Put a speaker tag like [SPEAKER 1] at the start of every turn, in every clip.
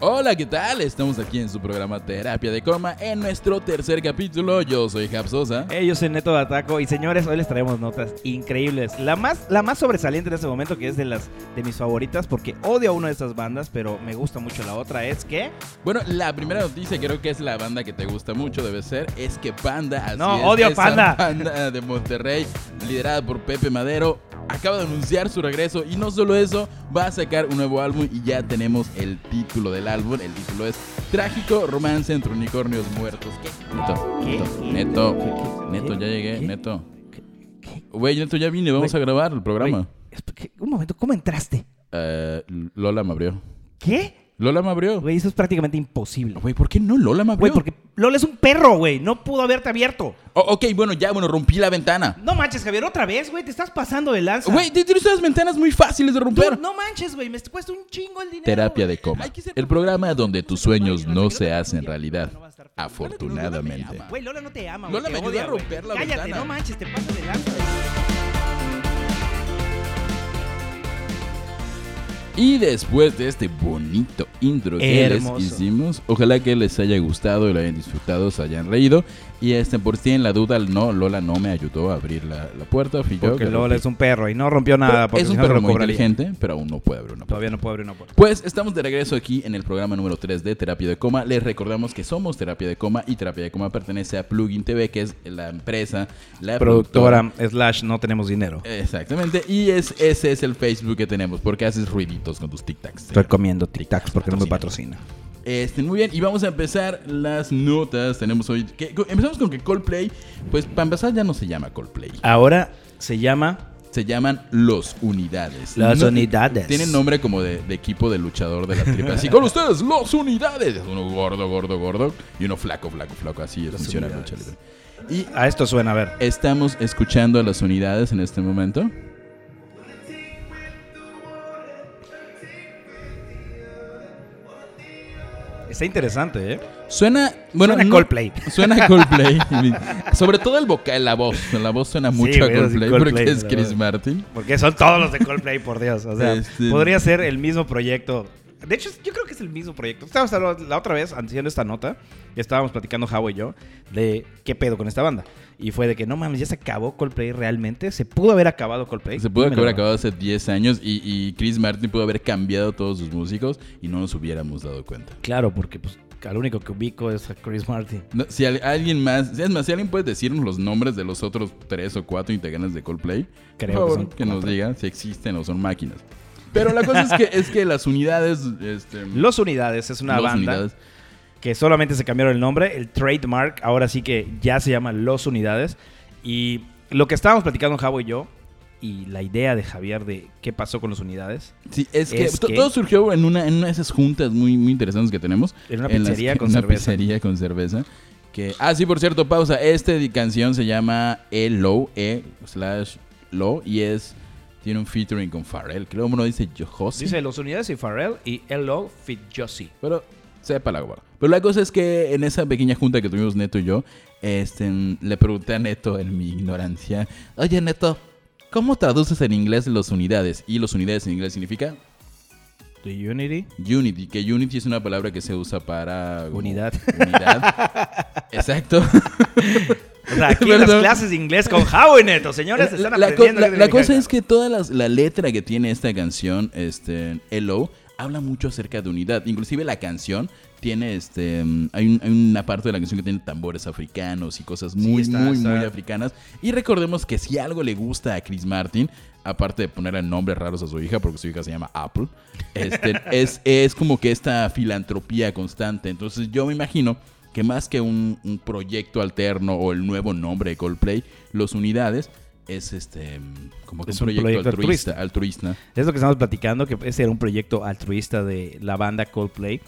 [SPEAKER 1] Hola, ¿qué tal? Estamos aquí en su programa Terapia de Coma en nuestro tercer capítulo. Yo soy Japsosa.
[SPEAKER 2] Hey, yo soy Neto de Ataco y señores, hoy les traemos notas increíbles. La más, la más sobresaliente en este momento, que es de las de mis favoritas, porque odio a una de estas bandas, pero me gusta mucho la otra, es que.
[SPEAKER 1] Bueno, la primera noticia creo que es la banda que te gusta mucho, debe ser, es que Panda, así
[SPEAKER 2] No,
[SPEAKER 1] es,
[SPEAKER 2] odio a
[SPEAKER 1] esa
[SPEAKER 2] Panda.
[SPEAKER 1] banda de Monterrey, liderada por Pepe Madero, acaba de anunciar su regreso y no solo eso, va a sacar un nuevo álbum y ya tenemos el título del álbum. El título es Trágico Romance entre Unicornios Muertos. ¿Qué? Neto,
[SPEAKER 2] ¿Qué?
[SPEAKER 1] Neto, Neto,
[SPEAKER 2] ¿Qué? ¿Qué?
[SPEAKER 1] Neto, ya llegué,
[SPEAKER 2] ¿Qué?
[SPEAKER 1] Neto.
[SPEAKER 2] ¿Qué? ¿Qué?
[SPEAKER 1] Güey, Neto, ya vine, vamos
[SPEAKER 2] Güey,
[SPEAKER 1] a grabar el programa.
[SPEAKER 2] Güey, esp- ¿qué? un momento, ¿cómo entraste?
[SPEAKER 1] Eh, Lola me abrió.
[SPEAKER 2] ¿Qué?
[SPEAKER 1] Lola me abrió.
[SPEAKER 2] Güey, eso es prácticamente imposible.
[SPEAKER 1] Güey, ¿por qué no? Lola me abrió.
[SPEAKER 2] Güey, porque LOL es un perro, güey. No pudo haberte abierto.
[SPEAKER 1] O- ok, bueno, ya, bueno, rompí la ventana.
[SPEAKER 2] No manches, Javier, otra vez, güey. Te estás pasando de lanza.
[SPEAKER 1] Güey, te tienes unas ventanas muy fáciles de
[SPEAKER 2] Tú-
[SPEAKER 1] romper.
[SPEAKER 2] no manches, güey. Me cuesta un chingo el dinero.
[SPEAKER 1] Terapia
[SPEAKER 2] güey.
[SPEAKER 1] de coma.
[SPEAKER 2] Hay que ser
[SPEAKER 1] El programa donde tus sueños
[SPEAKER 2] Hasta que
[SPEAKER 1] no
[SPEAKER 2] te
[SPEAKER 1] se hacen
[SPEAKER 2] confundas,
[SPEAKER 1] realidad.
[SPEAKER 2] no vas a estar feliz.
[SPEAKER 1] Afortunadamente.
[SPEAKER 2] Güey, Lola no te ama, güey.
[SPEAKER 1] Lola
[SPEAKER 2] te
[SPEAKER 1] me ayudó
[SPEAKER 2] odia,
[SPEAKER 1] a
[SPEAKER 2] güey.
[SPEAKER 1] romper la
[SPEAKER 2] Cállate,
[SPEAKER 1] ventana.
[SPEAKER 2] no manches, te pasas de lanza.
[SPEAKER 1] Y después de este bonito intro que
[SPEAKER 2] Hermoso.
[SPEAKER 1] les hicimos, ojalá que les haya gustado y lo hayan disfrutado, se hayan reído. Y este, por si en la duda, no, Lola no me ayudó a abrir la, la puerta. Fui yo
[SPEAKER 2] Porque
[SPEAKER 1] que
[SPEAKER 2] Lola
[SPEAKER 1] rompí.
[SPEAKER 2] es un perro y no rompió nada.
[SPEAKER 1] Pero
[SPEAKER 2] Porque
[SPEAKER 1] es
[SPEAKER 2] si
[SPEAKER 1] un
[SPEAKER 2] no, se
[SPEAKER 1] perro
[SPEAKER 2] lo
[SPEAKER 1] muy
[SPEAKER 2] cobraría.
[SPEAKER 1] inteligente, pero aún no puede abrir una puerta.
[SPEAKER 2] Todavía no puedo abrir una puerta.
[SPEAKER 1] Pues estamos de regreso aquí en el programa número 3 de Terapia de Coma. Les recordamos que somos Terapia de Coma y Terapia de Coma pertenece a Plugin TV, que es la empresa, la productora.
[SPEAKER 2] Productora slash no tenemos dinero.
[SPEAKER 1] Exactamente, y es, ese es el Facebook que tenemos, porque haces ruiditos con tus tic-tacs.
[SPEAKER 2] Estoy comiendo Tic Tacs porque no me patrocina.
[SPEAKER 1] Este, muy bien, y vamos a empezar las notas. Tenemos hoy. que- empezamos con que Coldplay, pues para empezar ya no se llama Coldplay.
[SPEAKER 2] Ahora se llama
[SPEAKER 1] Se llaman Los Unidades.
[SPEAKER 2] Los
[SPEAKER 1] No-
[SPEAKER 2] Unidades.
[SPEAKER 1] Tienen nombre como de, de equipo de luchador de la tripa. Así con ustedes, Los Unidades. Es uno gordo, gordo, gordo. Y uno flaco, flaco, flaco. Así es, funciona la lucha libre. Y
[SPEAKER 2] A esto suena, a ver.
[SPEAKER 1] estamos escuchando a Las Unidades en este momento.
[SPEAKER 2] Está interesante, ¿eh?
[SPEAKER 1] Suena, bueno,
[SPEAKER 2] Suena a
[SPEAKER 1] no-
[SPEAKER 2] Coldplay.
[SPEAKER 1] Suena a Coldplay. Sobre todo el vocal, la voz. La voz suena mucho a
[SPEAKER 2] güey, es
[SPEAKER 1] Coldplay,
[SPEAKER 2] Coldplay,
[SPEAKER 1] porque es
[SPEAKER 2] la
[SPEAKER 1] Chris
[SPEAKER 2] verdad.
[SPEAKER 1] Martin.
[SPEAKER 2] Porque son todos los de Coldplay, por Dios. O sea,
[SPEAKER 1] Este-
[SPEAKER 2] podría ser el mismo proyecto. De hecho, yo creo que es el mismo proyecto. Estábamos hablando la otra vez, haciendo esta nota, y estábamos platicando Javo y yo de qué pedo con esta banda. Y fue de que, no mames, ya se acabó Coldplay realmente. Se pudo haber acabado Coldplay.
[SPEAKER 1] Se pudo
[SPEAKER 2] Dímelo,
[SPEAKER 1] haber
[SPEAKER 2] bro.
[SPEAKER 1] acabado hace 10 años y, y Chris Martin pudo haber cambiado todos sus músicos y no nos hubiéramos dado cuenta.
[SPEAKER 2] Claro, porque pues, al único que ubico es a Chris Martin.
[SPEAKER 1] No, si al- alguien más, es más, si alguien puede decirnos los nombres de los otros tres o cuatro integrantes de Coldplay,
[SPEAKER 2] Creo
[SPEAKER 1] por
[SPEAKER 2] que
[SPEAKER 1] favor,
[SPEAKER 2] son
[SPEAKER 1] que, nos
[SPEAKER 2] cuatro.
[SPEAKER 1] diga si existen o son máquinas. Pero la cosa es que es que las unidades, este,
[SPEAKER 2] Los Unidades es una
[SPEAKER 1] los
[SPEAKER 2] banda
[SPEAKER 1] unidades-
[SPEAKER 2] que solamente se cambiaron el nombre, el trademark, ahora sí que ya se llama Los Unidades. Y lo que estábamos platicando Javo y yo, y la idea de Javier de qué pasó con las unidades,
[SPEAKER 1] sí, es que,
[SPEAKER 2] es
[SPEAKER 1] to-
[SPEAKER 2] que-
[SPEAKER 1] todo surgió en una, en una de esas juntas muy, muy interesantes que tenemos.
[SPEAKER 2] En una
[SPEAKER 1] las
[SPEAKER 2] pizzería
[SPEAKER 1] que-
[SPEAKER 2] con
[SPEAKER 1] una
[SPEAKER 2] cerveza.
[SPEAKER 1] pizzería con cerveza. Que, ah, sí, por cierto, pausa. Esta canción se llama E-Low, E slash Low, y es, tiene un featuring con Pharrell. Creo que uno dice Josie.
[SPEAKER 2] dice Los Unidades y Pharrell y Hello Fit Josie.
[SPEAKER 1] Pero sepa la guarda. Pero la cosa es que en esa pequeña junta que tuvimos Neto y yo, este, le pregunté a Neto en mi ignorancia, oye Neto, ¿cómo traduces en inglés los unidades? Y los unidades en inglés significa
[SPEAKER 2] The Unity.
[SPEAKER 1] unity, que unity es una palabra que se usa para... como
[SPEAKER 2] Unidad.
[SPEAKER 1] Unidad. Exacto.
[SPEAKER 2] O sea, aquí
[SPEAKER 1] Perdón.
[SPEAKER 2] las clases de inglés con Javo y Neto, señores,
[SPEAKER 1] La,
[SPEAKER 2] están
[SPEAKER 1] la co-
[SPEAKER 2] aprendiendo.
[SPEAKER 1] la-
[SPEAKER 2] qué
[SPEAKER 1] la cosa
[SPEAKER 2] significa.
[SPEAKER 1] es que toda las- la letra que tiene esta canción, este, Hello, habla mucho acerca de unidad. Inclusive la canción tiene, este, mm, hay, un- hay una parte de la canción que tiene tambores africanos y cosas muy,
[SPEAKER 2] está-
[SPEAKER 1] muy,
[SPEAKER 2] está-
[SPEAKER 1] muy africanas. Y recordemos que si algo le gusta a Chris Martin, aparte de ponerle nombres raros a su hija, porque su hija se llama Apple, este, es, es como que esta filantropía constante. Entonces yo me imagino que más que un, un proyecto alterno o el nuevo nombre de Coldplay, los unidades es este como que
[SPEAKER 2] Es
[SPEAKER 1] un,
[SPEAKER 2] un
[SPEAKER 1] proyecto,
[SPEAKER 2] proyecto
[SPEAKER 1] altruista, altruista.
[SPEAKER 2] Es lo que estamos platicando, que ese era un proyecto altruista de la banda Coldplay.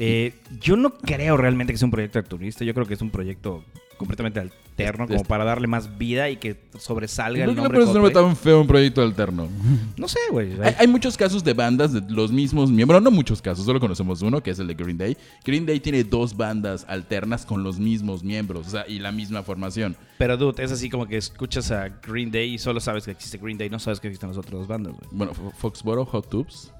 [SPEAKER 2] Eh, yo no creo realmente que sea un proyecto altruista, yo creo que es un proyecto completamente alterno,
[SPEAKER 1] Es-
[SPEAKER 2] como
[SPEAKER 1] es-
[SPEAKER 2] para darle más vida y que sobresalga
[SPEAKER 1] ¿Por
[SPEAKER 2] el
[SPEAKER 1] qué le
[SPEAKER 2] nombre
[SPEAKER 1] pones un nombre
[SPEAKER 2] Coldplay.
[SPEAKER 1] tan feo a un proyecto alterno?
[SPEAKER 2] No sé, güey.
[SPEAKER 1] Hay, hay muchos casos de bandas de los mismos miembros, no muchos casos, solo conocemos uno que es el de Green Day. Green Day tiene dos bandas alternas con los mismos miembros o sea, y la misma formación.
[SPEAKER 2] Pero, dude, es así como que escuchas a Green Day y solo sabes que existe Green Day, no sabes que existen las otras dos bandas, güey.
[SPEAKER 1] Bueno, Fo- Foxboro, Hot Tubes.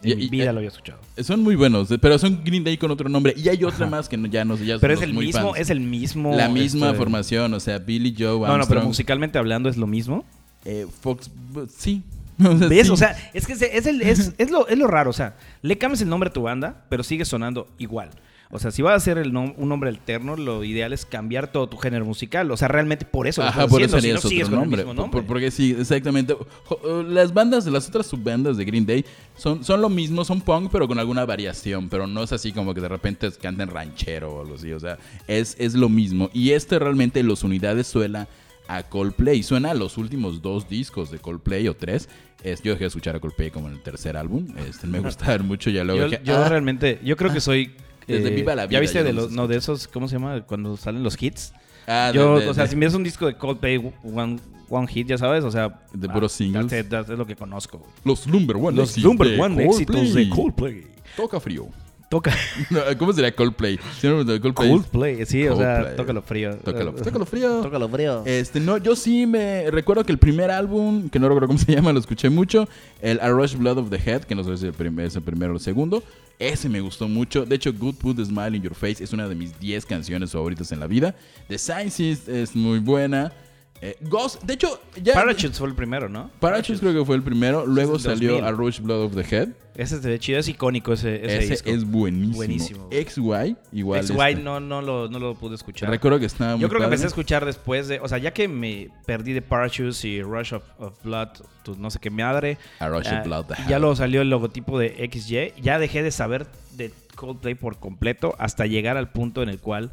[SPEAKER 2] En
[SPEAKER 1] Y-
[SPEAKER 2] mi
[SPEAKER 1] y-
[SPEAKER 2] vida
[SPEAKER 1] eh,
[SPEAKER 2] lo había escuchado.
[SPEAKER 1] Son muy buenos, de- pero son Green Day con otro nombre. Y hay otra
[SPEAKER 2] Ajá.
[SPEAKER 1] más que no- ya no sé. ya
[SPEAKER 2] Pero es
[SPEAKER 1] somos
[SPEAKER 2] el
[SPEAKER 1] muy
[SPEAKER 2] mismo,
[SPEAKER 1] fans.
[SPEAKER 2] es el mismo.
[SPEAKER 1] La misma
[SPEAKER 2] este,
[SPEAKER 1] formación, o sea, Billy Joe
[SPEAKER 2] No, no, pero
[SPEAKER 1] Armstrong,
[SPEAKER 2] musicalmente hablando es lo mismo.
[SPEAKER 1] eh, Fox, sí.
[SPEAKER 2] ¿Ves?
[SPEAKER 1] sí.
[SPEAKER 2] O sea, es que se- es, el- es- es lo, es lo raro. O sea, le cambias el nombre a tu banda, pero sigue sonando igual. O sea, si vas a hacer el nom- un nombre alterno, lo ideal es cambiar todo tu género musical. O sea, realmente por eso lo
[SPEAKER 1] Ajá,
[SPEAKER 2] estás
[SPEAKER 1] por
[SPEAKER 2] haciendo,
[SPEAKER 1] eso
[SPEAKER 2] si no
[SPEAKER 1] harías
[SPEAKER 2] sigues
[SPEAKER 1] otro
[SPEAKER 2] con el
[SPEAKER 1] nombre.
[SPEAKER 2] mismo
[SPEAKER 1] Por-
[SPEAKER 2] nombre.
[SPEAKER 1] por- porque sí, exactamente. Jo- eh, Las bandas, las otras subbandas de Green Day son, son lo mismo, son punk, pero con alguna variación. Pero no es así como que de repente canten ranchero o algo así. O sea, es, es lo mismo. Y este realmente, los unidades suena a Coldplay. Suena a los últimos dos discos de Coldplay o tres. Es, yo dejé de escuchar a Coldplay como en el tercer álbum. Este, me gustaron mucho. Ya luego
[SPEAKER 2] yo
[SPEAKER 1] dije,
[SPEAKER 2] yo
[SPEAKER 1] "Ah,
[SPEAKER 2] realmente, yo creo que soy...
[SPEAKER 1] Desde
[SPEAKER 2] eh,
[SPEAKER 1] Viva la
[SPEAKER 2] ¿Ya
[SPEAKER 1] Vida,
[SPEAKER 2] viste
[SPEAKER 1] yo
[SPEAKER 2] de
[SPEAKER 1] no
[SPEAKER 2] los,
[SPEAKER 1] sé
[SPEAKER 2] no, de esos, ¿cómo se llama? Cuando salen los hits.
[SPEAKER 1] ah,
[SPEAKER 2] yo,
[SPEAKER 1] de- de-
[SPEAKER 2] o sea,
[SPEAKER 1] de-
[SPEAKER 2] si me das un disco de Coldplay, One, one Hit, ya sabes, o sea...
[SPEAKER 1] De
[SPEAKER 2] ah,
[SPEAKER 1] puros singles.
[SPEAKER 2] that's it, that's- es lo que conozco. güey.
[SPEAKER 1] Los number one
[SPEAKER 2] Los
[SPEAKER 1] éxitos
[SPEAKER 2] number
[SPEAKER 1] de
[SPEAKER 2] one éxitos de Coldplay.
[SPEAKER 1] Toca frío.
[SPEAKER 2] Toca
[SPEAKER 1] No, ¿Cómo sería Coldplay? Siempre me- Coldplay.
[SPEAKER 2] Coldplay, sí, o sea,
[SPEAKER 1] Coldplay.
[SPEAKER 2] tócalo frío. Uh,
[SPEAKER 1] Tócalo, tócalo frío.
[SPEAKER 2] Eh, Tócalo frío.
[SPEAKER 1] Este, no, yo sí me recuerdo que el primer álbum, que no recuerdo cómo se llama, lo escuché mucho, el A Rush Blood of the Head, que no sé si el primer- es el primero o el segundo, ese me gustó mucho. De hecho, Good Put the Smile in Your Face es una de mis 10 canciones favoritas en la vida. The Sciences es muy buena. Eh, Ghost, de hecho, ya...
[SPEAKER 2] Parachutes fue el primero, ¿no?
[SPEAKER 1] Parachutes creo que fue el primero, luego
[SPEAKER 2] Es del
[SPEAKER 1] salió
[SPEAKER 2] 2000.
[SPEAKER 1] A Rush Blood of the Head.
[SPEAKER 2] Ese se ve chido, es icónico ese, ese,
[SPEAKER 1] Ese,
[SPEAKER 2] disco.
[SPEAKER 1] es buenísimo.
[SPEAKER 2] Buenísimo.
[SPEAKER 1] XY, igual.
[SPEAKER 2] Ex
[SPEAKER 1] este,
[SPEAKER 2] White no, no, lo, no lo pude escuchar.
[SPEAKER 1] Recuerdo que estaba muy
[SPEAKER 2] Yo creo que
[SPEAKER 1] padre.
[SPEAKER 2] empecé a escuchar después de. O sea, ya que me perdí de Parachutes y Rush of, of Blood, tu no sé qué madre.
[SPEAKER 1] A Rush of
[SPEAKER 2] ah,
[SPEAKER 1] Blood, ajá.
[SPEAKER 2] Ya luego salió el logotipo de XY. Ya dejé de saber de Coldplay por completo hasta llegar al punto en el cual.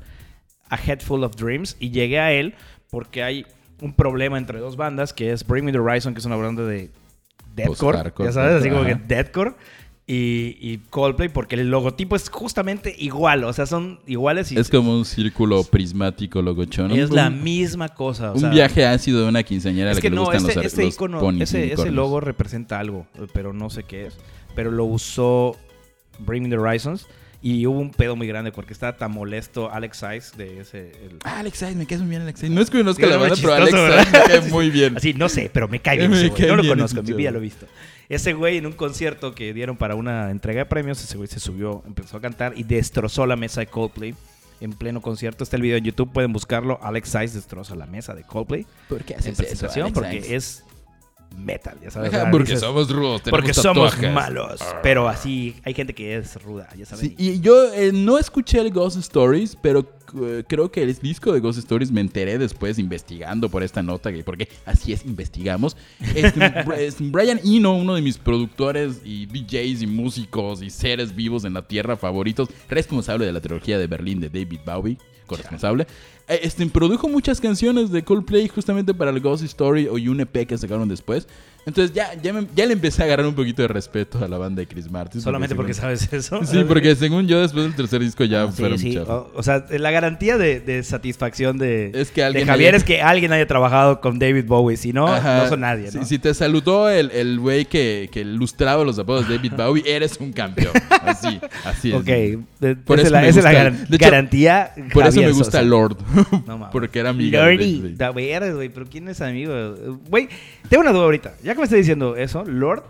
[SPEAKER 2] A Head Full of Dreams. Y llegué a él porque hay un problema entre dos bandas que es Bring Me the Horizon, que es una banda de deathcore.
[SPEAKER 1] Post-hardcore,
[SPEAKER 2] Ya sabes, así como que
[SPEAKER 1] ajá.
[SPEAKER 2] deathcore. Y, y Coldplay, porque el logotipo es justamente igual. O sea, son iguales y
[SPEAKER 1] Es como un círculo prismático locochón.
[SPEAKER 2] es
[SPEAKER 1] Un-
[SPEAKER 2] la misma cosa. o
[SPEAKER 1] un
[SPEAKER 2] sea,
[SPEAKER 1] viaje ácido de una quinceañera a
[SPEAKER 2] Es
[SPEAKER 1] la
[SPEAKER 2] que
[SPEAKER 1] que, le
[SPEAKER 2] no,
[SPEAKER 1] gustan
[SPEAKER 2] ese,
[SPEAKER 1] los, ar-
[SPEAKER 2] ese
[SPEAKER 1] los
[SPEAKER 2] icono,
[SPEAKER 1] ponis
[SPEAKER 2] ese, ese
[SPEAKER 1] unicornios.
[SPEAKER 2] logo representa algo, pero no sé qué es. Pero lo usó Bring Me the Horizons y hubo un pedo muy grande porque estaba tan molesto Alex Ice de ese. el-
[SPEAKER 1] Ah, Alex Sainz, me caes muy bien, Alex Sainz. No es que conozca
[SPEAKER 2] Sí,
[SPEAKER 1] la
[SPEAKER 2] es muy
[SPEAKER 1] banda, pero Alex
[SPEAKER 2] chistoso,
[SPEAKER 1] Sainz me cae muy bien.
[SPEAKER 2] Así, no sé, pero me cae bien
[SPEAKER 1] Me
[SPEAKER 2] ese güey.
[SPEAKER 1] cae
[SPEAKER 2] No lo
[SPEAKER 1] bien
[SPEAKER 2] conozco, en
[SPEAKER 1] ese
[SPEAKER 2] mi vida
[SPEAKER 1] chavo.
[SPEAKER 2] lo he visto. Ese güey en un concierto que dieron para una entrega de premios, ese güey se subió, empezó a cantar y destrozó la mesa de Coldplay en pleno concierto. Está el video en YouTube, pueden buscarlo. Alex Ice destroza la mesa de Coldplay.
[SPEAKER 1] ¿Por qué
[SPEAKER 2] en presentación porque es metal, ya sabes.
[SPEAKER 1] Ajá,
[SPEAKER 2] Ah,
[SPEAKER 1] porque
[SPEAKER 2] dices,
[SPEAKER 1] somos rudos, tenemos
[SPEAKER 2] porque somos
[SPEAKER 1] tatuajes.
[SPEAKER 2] malos. Pero así, hay gente que es ruda, ya sabes.
[SPEAKER 1] Sí, y yo eh, no escuché el Ghost Stories, pero eh, creo que el disco de Ghost Stories me enteré después investigando por esta nota, que- porque así es, investigamos. Este, Br- es Brian Eno, uno de mis productores y DJs y músicos y seres vivos en la tierra favoritos, responsable de la trilogía de Berlín de David Bowie, corresponsable. eh, Este, produjo muchas canciones de Coldplay justamente para el Ghost Story o y un EP que sacaron después. Entonces ya, ya, me- ya le empecé a agarrar un poquito de respeto a la banda de Chris Martin.
[SPEAKER 2] Solamente porque
[SPEAKER 1] según-
[SPEAKER 2] sabes eso.
[SPEAKER 1] Sí, porque según yo, después del tercer disco ya
[SPEAKER 2] Ah, Sí,
[SPEAKER 1] fueron
[SPEAKER 2] sí.
[SPEAKER 1] muchachos.
[SPEAKER 2] O, o sea, la garantía de, de satisfacción de,
[SPEAKER 1] Es que
[SPEAKER 2] de
[SPEAKER 1] alguien
[SPEAKER 2] Javier
[SPEAKER 1] haya-
[SPEAKER 2] es que alguien haya trabajado con David Bowie. Si no,
[SPEAKER 1] Ajá.
[SPEAKER 2] no son nadie. ¿no?
[SPEAKER 1] Si, si te saludó el el güey que, que lustraba los apodos de David Bowie, eres un campeón. Así, así es.
[SPEAKER 2] ok, de-
[SPEAKER 1] Por
[SPEAKER 2] esa es
[SPEAKER 1] eso
[SPEAKER 2] la,
[SPEAKER 1] me
[SPEAKER 2] esa es
[SPEAKER 1] gusta-
[SPEAKER 2] la garan-
[SPEAKER 1] de hecho,
[SPEAKER 2] garantía.
[SPEAKER 1] Por eso
[SPEAKER 2] Javier
[SPEAKER 1] me gusta
[SPEAKER 2] Sosa.
[SPEAKER 1] Lord.
[SPEAKER 2] No mames.
[SPEAKER 1] porque era amiga de
[SPEAKER 2] Lordy,
[SPEAKER 1] David.
[SPEAKER 2] da veras, güey. Pero ¿quién es amigo? Güey, tengo una duda ahorita. Ya que me está diciendo eso, Lord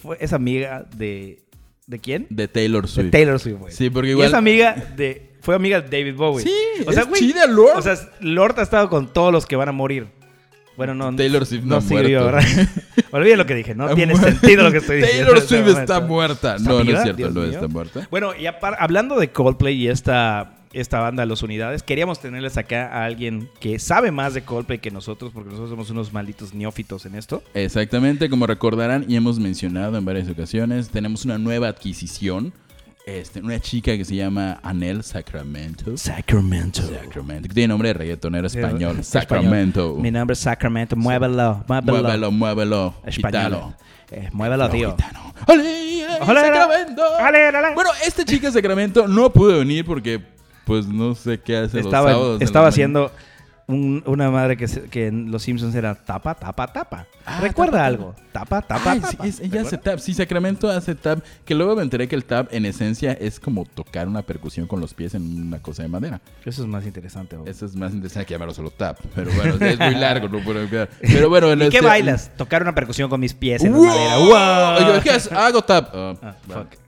[SPEAKER 2] fue, es amiga de. ¿De quién?
[SPEAKER 1] De Taylor Swift.
[SPEAKER 2] De Taylor Swift, güey.
[SPEAKER 1] Sí, porque
[SPEAKER 2] Y
[SPEAKER 1] igual-
[SPEAKER 2] es amiga de. Fue amiga de David Bowie.
[SPEAKER 1] Sí, es
[SPEAKER 2] güey,
[SPEAKER 1] chida Lorde.
[SPEAKER 2] O sea, Lord ha estado con todos los que van a morir. Bueno, no.
[SPEAKER 1] Taylor Swift no ha
[SPEAKER 2] sirvió,
[SPEAKER 1] muerto.
[SPEAKER 2] ¿verdad? Olviden lo que dije. No
[SPEAKER 1] Ha
[SPEAKER 2] tiene
[SPEAKER 1] muerto.
[SPEAKER 2] sentido lo que estoy diciendo.
[SPEAKER 1] Taylor
[SPEAKER 2] en este
[SPEAKER 1] Swift está
[SPEAKER 2] momento.
[SPEAKER 1] muerta.
[SPEAKER 2] ¿Está
[SPEAKER 1] No, no
[SPEAKER 2] viva?
[SPEAKER 1] es cierto,
[SPEAKER 2] Dios
[SPEAKER 1] no
[SPEAKER 2] mío.
[SPEAKER 1] está muerta.
[SPEAKER 2] Bueno, y apar- hablando de Coldplay y esta, esta banda, Los Unidades, queríamos tenerles acá a alguien que sabe más de Coldplay que nosotros, porque nosotros somos unos malditos neófitos en esto.
[SPEAKER 1] Exactamente, como recordarán y hemos mencionado en varias ocasiones, tenemos una nueva adquisición. Este, una chica que se llama Anel Sacramento.
[SPEAKER 2] Sacramento.
[SPEAKER 1] Sacramento. Que tiene nombre de reggaetonero español.
[SPEAKER 2] Español.
[SPEAKER 1] Sacramento.
[SPEAKER 2] Mi nombre es Sacramento. Muévelo, muévelo.
[SPEAKER 1] Muévelo, muévelo.
[SPEAKER 2] Español.
[SPEAKER 1] Gitano.
[SPEAKER 2] Eh, muévelo, tío.
[SPEAKER 1] Gitano. ¡Ole, eh,
[SPEAKER 2] Ole,
[SPEAKER 1] Sacramento!
[SPEAKER 2] ole, ole, ole.
[SPEAKER 1] Bueno, esta chica de Sacramento no pudo venir porque, pues, no sé qué hace los
[SPEAKER 2] Estaba,
[SPEAKER 1] sábados. en la
[SPEAKER 2] estaba
[SPEAKER 1] mañana.
[SPEAKER 2] haciendo un- una madre que, se- que en Los Simpsons era tapa, tapa, tapa.
[SPEAKER 1] Ah,
[SPEAKER 2] Recuerda
[SPEAKER 1] tapa,
[SPEAKER 2] algo. Tapa, tapa,
[SPEAKER 1] Ay, sí,
[SPEAKER 2] tapa.
[SPEAKER 1] es- ella
[SPEAKER 2] ¿Recuerdas?
[SPEAKER 1] hace tap. Sí, Sacramento hace tap. Que luego me enteré que el tap, en esencia, es como tocar una percusión con los pies en una cosa de madera.
[SPEAKER 2] Eso es más interesante. güey.
[SPEAKER 1] Eso es más interesante que llamarlo solo tap. Pero bueno, es muy largo, no puedo olvidar. Pero bueno, en
[SPEAKER 2] ¿Y qué
[SPEAKER 1] este-
[SPEAKER 2] bailas? Tocar una percusión con mis pies en la
[SPEAKER 1] ¡Wow!
[SPEAKER 2] madera. ¡Wow!
[SPEAKER 1] Yo, ¿qué es? Hago tap. Ah,
[SPEAKER 2] Ah,
[SPEAKER 1] bueno.
[SPEAKER 2] fuck.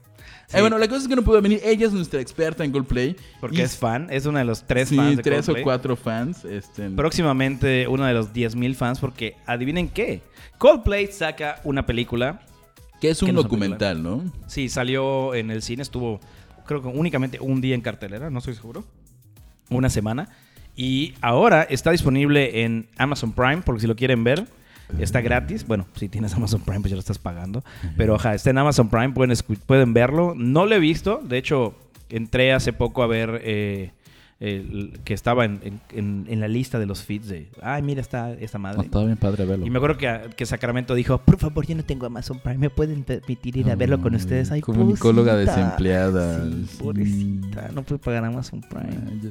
[SPEAKER 1] Eh, bueno, la cosa es que no pudo venir. Ella es nuestra experta en Coldplay.
[SPEAKER 2] Porque
[SPEAKER 1] Y-
[SPEAKER 2] es fan, es uno de los tres
[SPEAKER 1] sí,
[SPEAKER 2] fans de
[SPEAKER 1] tres
[SPEAKER 2] Coldplay.
[SPEAKER 1] o cuatro fans. Este,
[SPEAKER 2] Próximamente uno de los 10.000 fans porque adivinen qué. Coldplay saca una película.
[SPEAKER 1] que es un
[SPEAKER 2] que nos
[SPEAKER 1] documental, ¿no?
[SPEAKER 2] Sí, salió en el cine, estuvo creo que únicamente un día en cartelera, no estoy seguro. Una semana. Y ahora está disponible en Amazon Prime, porque si lo quieren ver, está gratis. Bueno, si tienes Amazon Prime, pues ya lo estás pagando. Pero oja, está en Amazon Prime, pueden, escu- pueden verlo. No lo he visto, de hecho, entré hace poco a ver eh, el- que estaba en, en- en- en la lista de los feeds de, ay, mira, está esta madre.
[SPEAKER 1] Ah, Está bien padre verlo.
[SPEAKER 2] Y me acuerdo que, que Sacramento dijo, por favor, yo no tengo Amazon Prime, ¿me pueden permitir ir a verlo
[SPEAKER 1] Mm,
[SPEAKER 2] con ustedes? Ay,
[SPEAKER 1] Comunicóloga
[SPEAKER 2] pobrecita.
[SPEAKER 1] desempleada.
[SPEAKER 2] Sí,
[SPEAKER 1] Sí.
[SPEAKER 2] pobrecita, no puede pagar Amazon Prime.
[SPEAKER 1] Eh, Yo,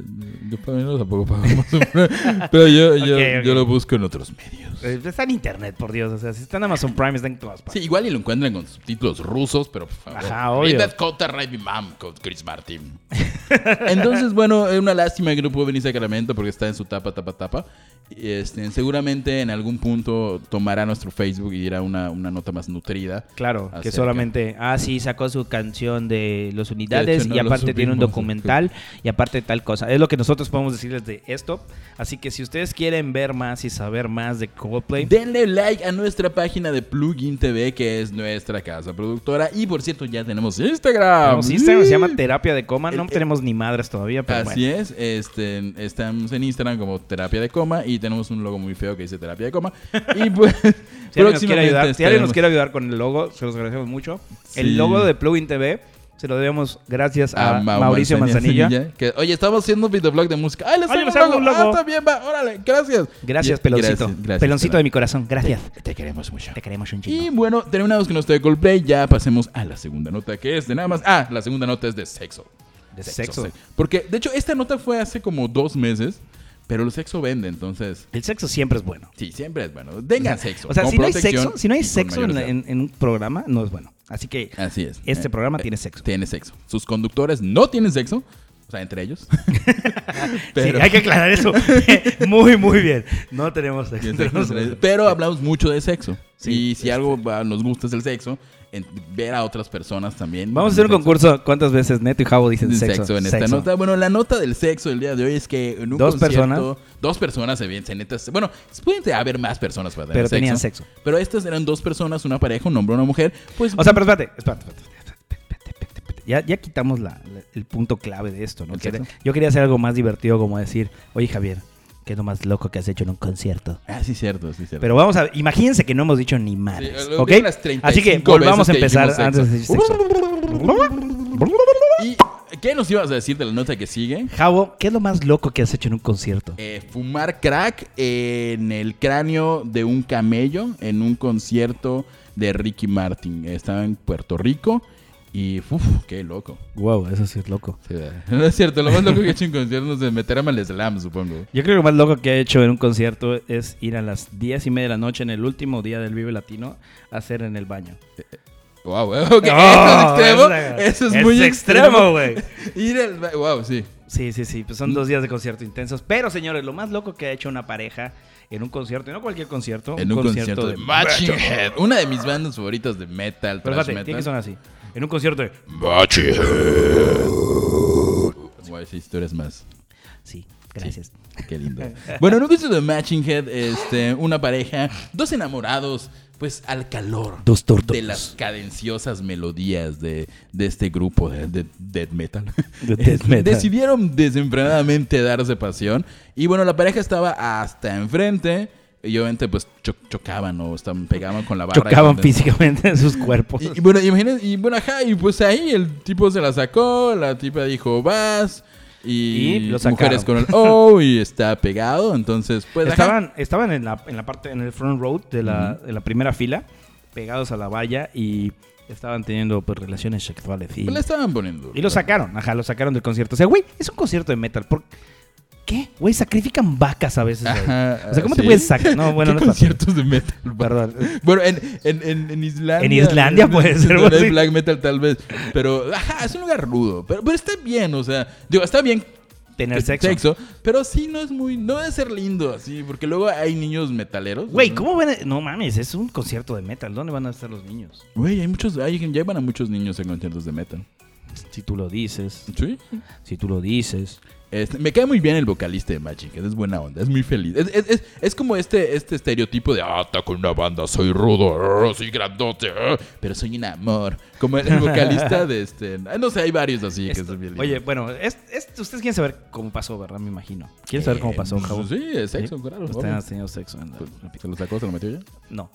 [SPEAKER 1] yo para mí no tampoco pago Amazon Prime, Pero yo, yo,
[SPEAKER 2] Ok, ok.
[SPEAKER 1] yo lo busco en otros medios.
[SPEAKER 2] Eh, Está en internet, por Dios, o sea, si está en Amazon Prime, está en todas
[SPEAKER 1] Sí,
[SPEAKER 2] partes.
[SPEAKER 1] igual y lo encuentran con subtítulos rusos, pero por favor.
[SPEAKER 2] Ajá, obvio.
[SPEAKER 1] Read that Kota Ride Me Mom con Chris Martin. Entonces, bueno, es una lástima que no pudo venir Sacramento porque está en su tapa, tapa, tapa. Y, Este, seguramente en algún punto tomará nuestro Facebook y dirá una, una nota más nutrida.
[SPEAKER 2] Claro, que
[SPEAKER 1] Acerca.
[SPEAKER 2] solamente, ah, sí, sacó su canción de los
[SPEAKER 1] De
[SPEAKER 2] unidades
[SPEAKER 1] hecho, no
[SPEAKER 2] y
[SPEAKER 1] lo
[SPEAKER 2] aparte tiene un
[SPEAKER 1] subimos.
[SPEAKER 2] documental y aparte tal cosa. Es lo que nosotros podemos decirles de esto. Así que si ustedes quieren ver más y saber más de Coldplay,
[SPEAKER 1] Denle like a nuestra página de Plugin TV, que es nuestra casa productora. Y por cierto, ya tenemos Instagram.
[SPEAKER 2] tenemos Instagram, se llama
[SPEAKER 1] ¡Sí!
[SPEAKER 2] Terapia de Coma, no
[SPEAKER 1] El-
[SPEAKER 2] tenemos ni madres todavía, pero bueno.
[SPEAKER 1] Eh, Así es, este, estamos en Instagram como Terapia de Coma y tenemos un logo muy feo que dice Terapia de Coma. Y pues,
[SPEAKER 2] Si alguien, nos quiere
[SPEAKER 1] próximamente
[SPEAKER 2] ayudar, si alguien nos
[SPEAKER 1] estaremos-
[SPEAKER 2] quiere ayudar con el logo, se los agradecemos mucho.
[SPEAKER 1] Sí.
[SPEAKER 2] El logo de Plugin TV se lo debemos gracias a,
[SPEAKER 1] a Mau
[SPEAKER 2] Mauricio Manzanilla.
[SPEAKER 1] que, oye, estamos haciendo un videoblog de música. ¡Ay, les
[SPEAKER 2] Oye,
[SPEAKER 1] hago
[SPEAKER 2] les
[SPEAKER 1] un
[SPEAKER 2] hago
[SPEAKER 1] logo!
[SPEAKER 2] un
[SPEAKER 1] ¡Ah,
[SPEAKER 2] logo.
[SPEAKER 1] está bien, va! órale! ¡Gracias!
[SPEAKER 2] Gracias,
[SPEAKER 1] Y-
[SPEAKER 2] peloncito.
[SPEAKER 1] gracias, gracias,
[SPEAKER 2] peloncito
[SPEAKER 1] Pelón.
[SPEAKER 2] de mi corazón, gracias.
[SPEAKER 1] Te, te queremos mucho.
[SPEAKER 2] Te queremos un
[SPEAKER 1] Y
[SPEAKER 2] chingo.
[SPEAKER 1] bueno, terminamos con nuestro de Coldplay. Ya pasemos a la segunda nota, que es de nada más. Ah, la segunda nota es de sexo.
[SPEAKER 2] De sexo.
[SPEAKER 1] sexo. Porque, de hecho, esta nota fue hace como dos meses, pero el sexo vende, entonces.
[SPEAKER 2] El sexo siempre es bueno.
[SPEAKER 1] Sí, siempre es bueno. Tengan sexo.
[SPEAKER 2] O sea,
[SPEAKER 1] con
[SPEAKER 2] si no hay
[SPEAKER 1] protección
[SPEAKER 2] sexo, si no hay
[SPEAKER 1] y con
[SPEAKER 2] sexo en,
[SPEAKER 1] mayores
[SPEAKER 2] la-
[SPEAKER 1] de edad.
[SPEAKER 2] en- en un programa, no es bueno. Así que
[SPEAKER 1] Así es.
[SPEAKER 2] este
[SPEAKER 1] Eh,
[SPEAKER 2] programa
[SPEAKER 1] eh,
[SPEAKER 2] tiene sexo.
[SPEAKER 1] Tiene sexo. Sus conductores no tienen sexo, o sea, entre ellos. pero,
[SPEAKER 2] Sí, hay que aclarar eso. muy, muy bien. No tenemos sexo.
[SPEAKER 1] tienen sexo
[SPEAKER 2] tenemos
[SPEAKER 1] entre ellos.
[SPEAKER 2] sexo.
[SPEAKER 1] Pero hablamos mucho de sexo.
[SPEAKER 2] Sí, este.
[SPEAKER 1] y si algo va- nos gusta es el sexo, en- ver a otras personas también.
[SPEAKER 2] Vamos a hacer un
[SPEAKER 1] Sexo.
[SPEAKER 2] concurso. ¿Cuántas veces Neto y Javo dicen
[SPEAKER 1] Del
[SPEAKER 2] sexo?
[SPEAKER 1] sexo en esta
[SPEAKER 2] Sexo.
[SPEAKER 1] nota. Bueno, la nota del sexo del día de hoy es que en un
[SPEAKER 2] Dos
[SPEAKER 1] concierto,
[SPEAKER 2] personas.
[SPEAKER 1] dos personas se ven- se neta- bueno, pueden haber más personas para tener
[SPEAKER 2] Pero
[SPEAKER 1] sexo,
[SPEAKER 2] tenían sexo.
[SPEAKER 1] Pero estas eran dos personas, una pareja, un hombre, una mujer, pues
[SPEAKER 2] O sea, pero espérate, espérate, espérate, espérate, espérate, espérate, espérate. Ya, ya quitamos la- la- el punto clave de esto, ¿no?
[SPEAKER 1] ¿El
[SPEAKER 2] Que-
[SPEAKER 1] sexo?
[SPEAKER 2] yo quería hacer algo más divertido como decir, oye Javier, ¿qué es lo más loco que has hecho en un concierto?
[SPEAKER 1] ah, sí cierto, sí cierto.
[SPEAKER 2] Pero vamos a, imagínense que no hemos dicho ni madres,
[SPEAKER 1] Sí, lo
[SPEAKER 2] ¿ok?
[SPEAKER 1] dije las
[SPEAKER 2] Así que
[SPEAKER 1] 35
[SPEAKER 2] volvamos a
[SPEAKER 1] veces que
[SPEAKER 2] empezar
[SPEAKER 1] dijimos
[SPEAKER 2] antes de decir sexo.
[SPEAKER 1] ¿Y qué nos ibas a decir de la nota que sigue?
[SPEAKER 2] Javo, ¿qué es lo más loco que has hecho en un concierto?
[SPEAKER 1] Eh, fumar crack en el cráneo de un camello en un concierto de Ricky Martin. Estaba en Puerto Rico y uff, qué loco.
[SPEAKER 2] Wow, eso sí es loco.
[SPEAKER 1] Sí, no es cierto, lo más loco que he hecho en conciertos es meter a Mal Slam, supongo.
[SPEAKER 2] Yo creo que lo más loco que he hecho en un concierto es ir a las 10 y media de la noche en el último día del Vive Latino a hacer en el baño.
[SPEAKER 1] Wow, güey, ok,
[SPEAKER 2] Oh,
[SPEAKER 1] eso es extremo.
[SPEAKER 2] es-
[SPEAKER 1] Eso es,
[SPEAKER 2] es
[SPEAKER 1] muy
[SPEAKER 2] extremo, güey.
[SPEAKER 1] Ir al ba- wow, sí.
[SPEAKER 2] Sí, sí, sí. Pues son dos días de concierto intensos. Pero, señores, lo más loco que ha hecho una pareja en un concierto, y no cualquier concierto,
[SPEAKER 1] En un concierto, de, Machine Head, una de mis bandas favoritas de metal,
[SPEAKER 2] Pero
[SPEAKER 1] thrash
[SPEAKER 2] fíjate, tiene que
[SPEAKER 1] metal.
[SPEAKER 2] sonar así. En un concierto de.
[SPEAKER 1] Machine Head. Guay, sí, historias más.
[SPEAKER 2] Sí, gracias.
[SPEAKER 1] Qué lindo. Bueno, en un concierto de Matching Head, este, una pareja, dos enamorados, pues al calor
[SPEAKER 2] Dos tortos.
[SPEAKER 1] de las cadenciosas melodías de, de este grupo de, de death metal.
[SPEAKER 2] De death metal.
[SPEAKER 1] Decidieron desenfrenadamente darse pasión. Y bueno, la pareja estaba hasta enfrente. Y obviamente, pues cho- chocaban o estaban, pegaban con la barra.
[SPEAKER 2] Chocaban
[SPEAKER 1] Y-
[SPEAKER 2] físicamente en sus cuerpos.
[SPEAKER 1] y, y bueno, imagínate, y bueno, ajá, y pues ahí el tipo se la sacó, la tipa dijo, vas, y,
[SPEAKER 2] Y lo
[SPEAKER 1] mujeres con el
[SPEAKER 2] sacaron.
[SPEAKER 1] oh, y está pegado, entonces pues... ajá.
[SPEAKER 2] estaban estaban en, la, en la parte, en el front row de la, de la primera fila, pegados a la valla y estaban teniendo pues, relaciones sexuales. Y,
[SPEAKER 1] Pues le estaban poniendo.
[SPEAKER 2] y lo sacaron, ajá, lo sacaron del concierto. O sea, güey, es un concierto de metal. ¿Por, ¿Qué? Güey, sacrifican vacas a veces. güey.
[SPEAKER 1] Ajá, ah,
[SPEAKER 2] o sea, ¿cómo
[SPEAKER 1] ¿sí?
[SPEAKER 2] te puedes sacar? No, bueno,
[SPEAKER 1] ¿Qué
[SPEAKER 2] no es tanto.
[SPEAKER 1] conciertos de metal?
[SPEAKER 2] Perdón. eh,
[SPEAKER 1] Bueno, en, en, en, en Islandia.
[SPEAKER 2] En Islandia puede ser,
[SPEAKER 1] donde hay
[SPEAKER 2] sí.
[SPEAKER 1] black metal tal vez. Pero, ajá, es un lugar rudo. Pero, pero está bien, o sea, digo, está bien
[SPEAKER 2] Tener
[SPEAKER 1] que-
[SPEAKER 2] sexo.
[SPEAKER 1] Pero sí no es muy, no debe ser lindo así, porque luego hay niños metaleros.
[SPEAKER 2] Güey,
[SPEAKER 1] ¿no?
[SPEAKER 2] ¿cómo van a.? No mames, es un concierto de metal. ¿Dónde van a estar los niños?
[SPEAKER 1] Güey, hay muchos, hay, llevan a muchos niños en conciertos de metal.
[SPEAKER 2] Si tú lo dices.
[SPEAKER 1] Sí.
[SPEAKER 2] Si tú lo dices.
[SPEAKER 1] Este, me cae muy bien el vocalista de Magic, es buena onda, es muy feliz. Es, es- es- es como este, este estereotipo de, ah, ataco una banda, soy rudo, ah, soy grandote, ah, pero soy un amor. Como el, el vocalista de este, ah, no sé, hay varios así que
[SPEAKER 2] Esto-
[SPEAKER 1] son bien
[SPEAKER 2] oye,
[SPEAKER 1] lindos.
[SPEAKER 2] bueno, es- es- ustedes quieren saber cómo pasó, ¿verdad? Me imagino. ¿Quieren saber cómo
[SPEAKER 1] Eh,
[SPEAKER 2] pasó, Javo? Pues
[SPEAKER 1] Sí, es sexo, claro.
[SPEAKER 2] Ustedes
[SPEAKER 1] obvio. Pues,
[SPEAKER 2] han tenido sexo. en la-
[SPEAKER 1] ¿Se lo sacó, se lo metió ya?
[SPEAKER 2] No.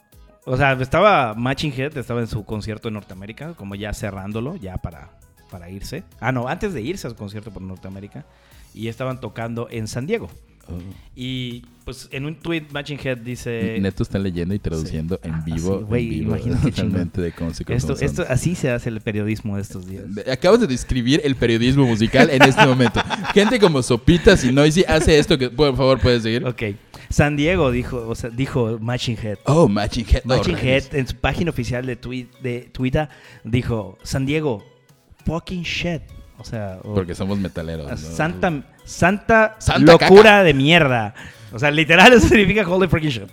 [SPEAKER 2] O sea, estaba Matching Head, estaba en su concierto en Norteamérica, como ya cerrándolo, ya para, para irse. Ah, no, antes de irse a su concierto por Norteamérica. Y estaban tocando en San Diego. Y pues en un tweet Matching Head dice...
[SPEAKER 1] Neto está leyendo y traduciendo
[SPEAKER 2] Eh, sí. Ah,
[SPEAKER 1] en vivo,
[SPEAKER 2] sí, güey,
[SPEAKER 1] en vivo,
[SPEAKER 2] imagínate qué chingón.
[SPEAKER 1] realmente de cómo se
[SPEAKER 2] Esto,
[SPEAKER 1] consume.
[SPEAKER 2] esto, así se hace el periodismo de estos días.
[SPEAKER 1] Acabas de describir el periodismo musical en este momento. Gente como Sopitas y Noisy hace esto que, por favor, puedes seguir.
[SPEAKER 2] Ok. San Diego dijo, o sea, dijo Matching Head.
[SPEAKER 1] Oh, Matching Head. no,
[SPEAKER 2] Matching Head
[SPEAKER 1] rayos.
[SPEAKER 2] en su página oficial de, twi- de Twitter dijo, San Diego, fucking shit. O sea, o-
[SPEAKER 1] Porque somos metaleros. Pues ¿no?
[SPEAKER 2] Santa, santa,
[SPEAKER 1] Santa
[SPEAKER 2] locura de mierda. O sea, literal eso significa holy freaking shit.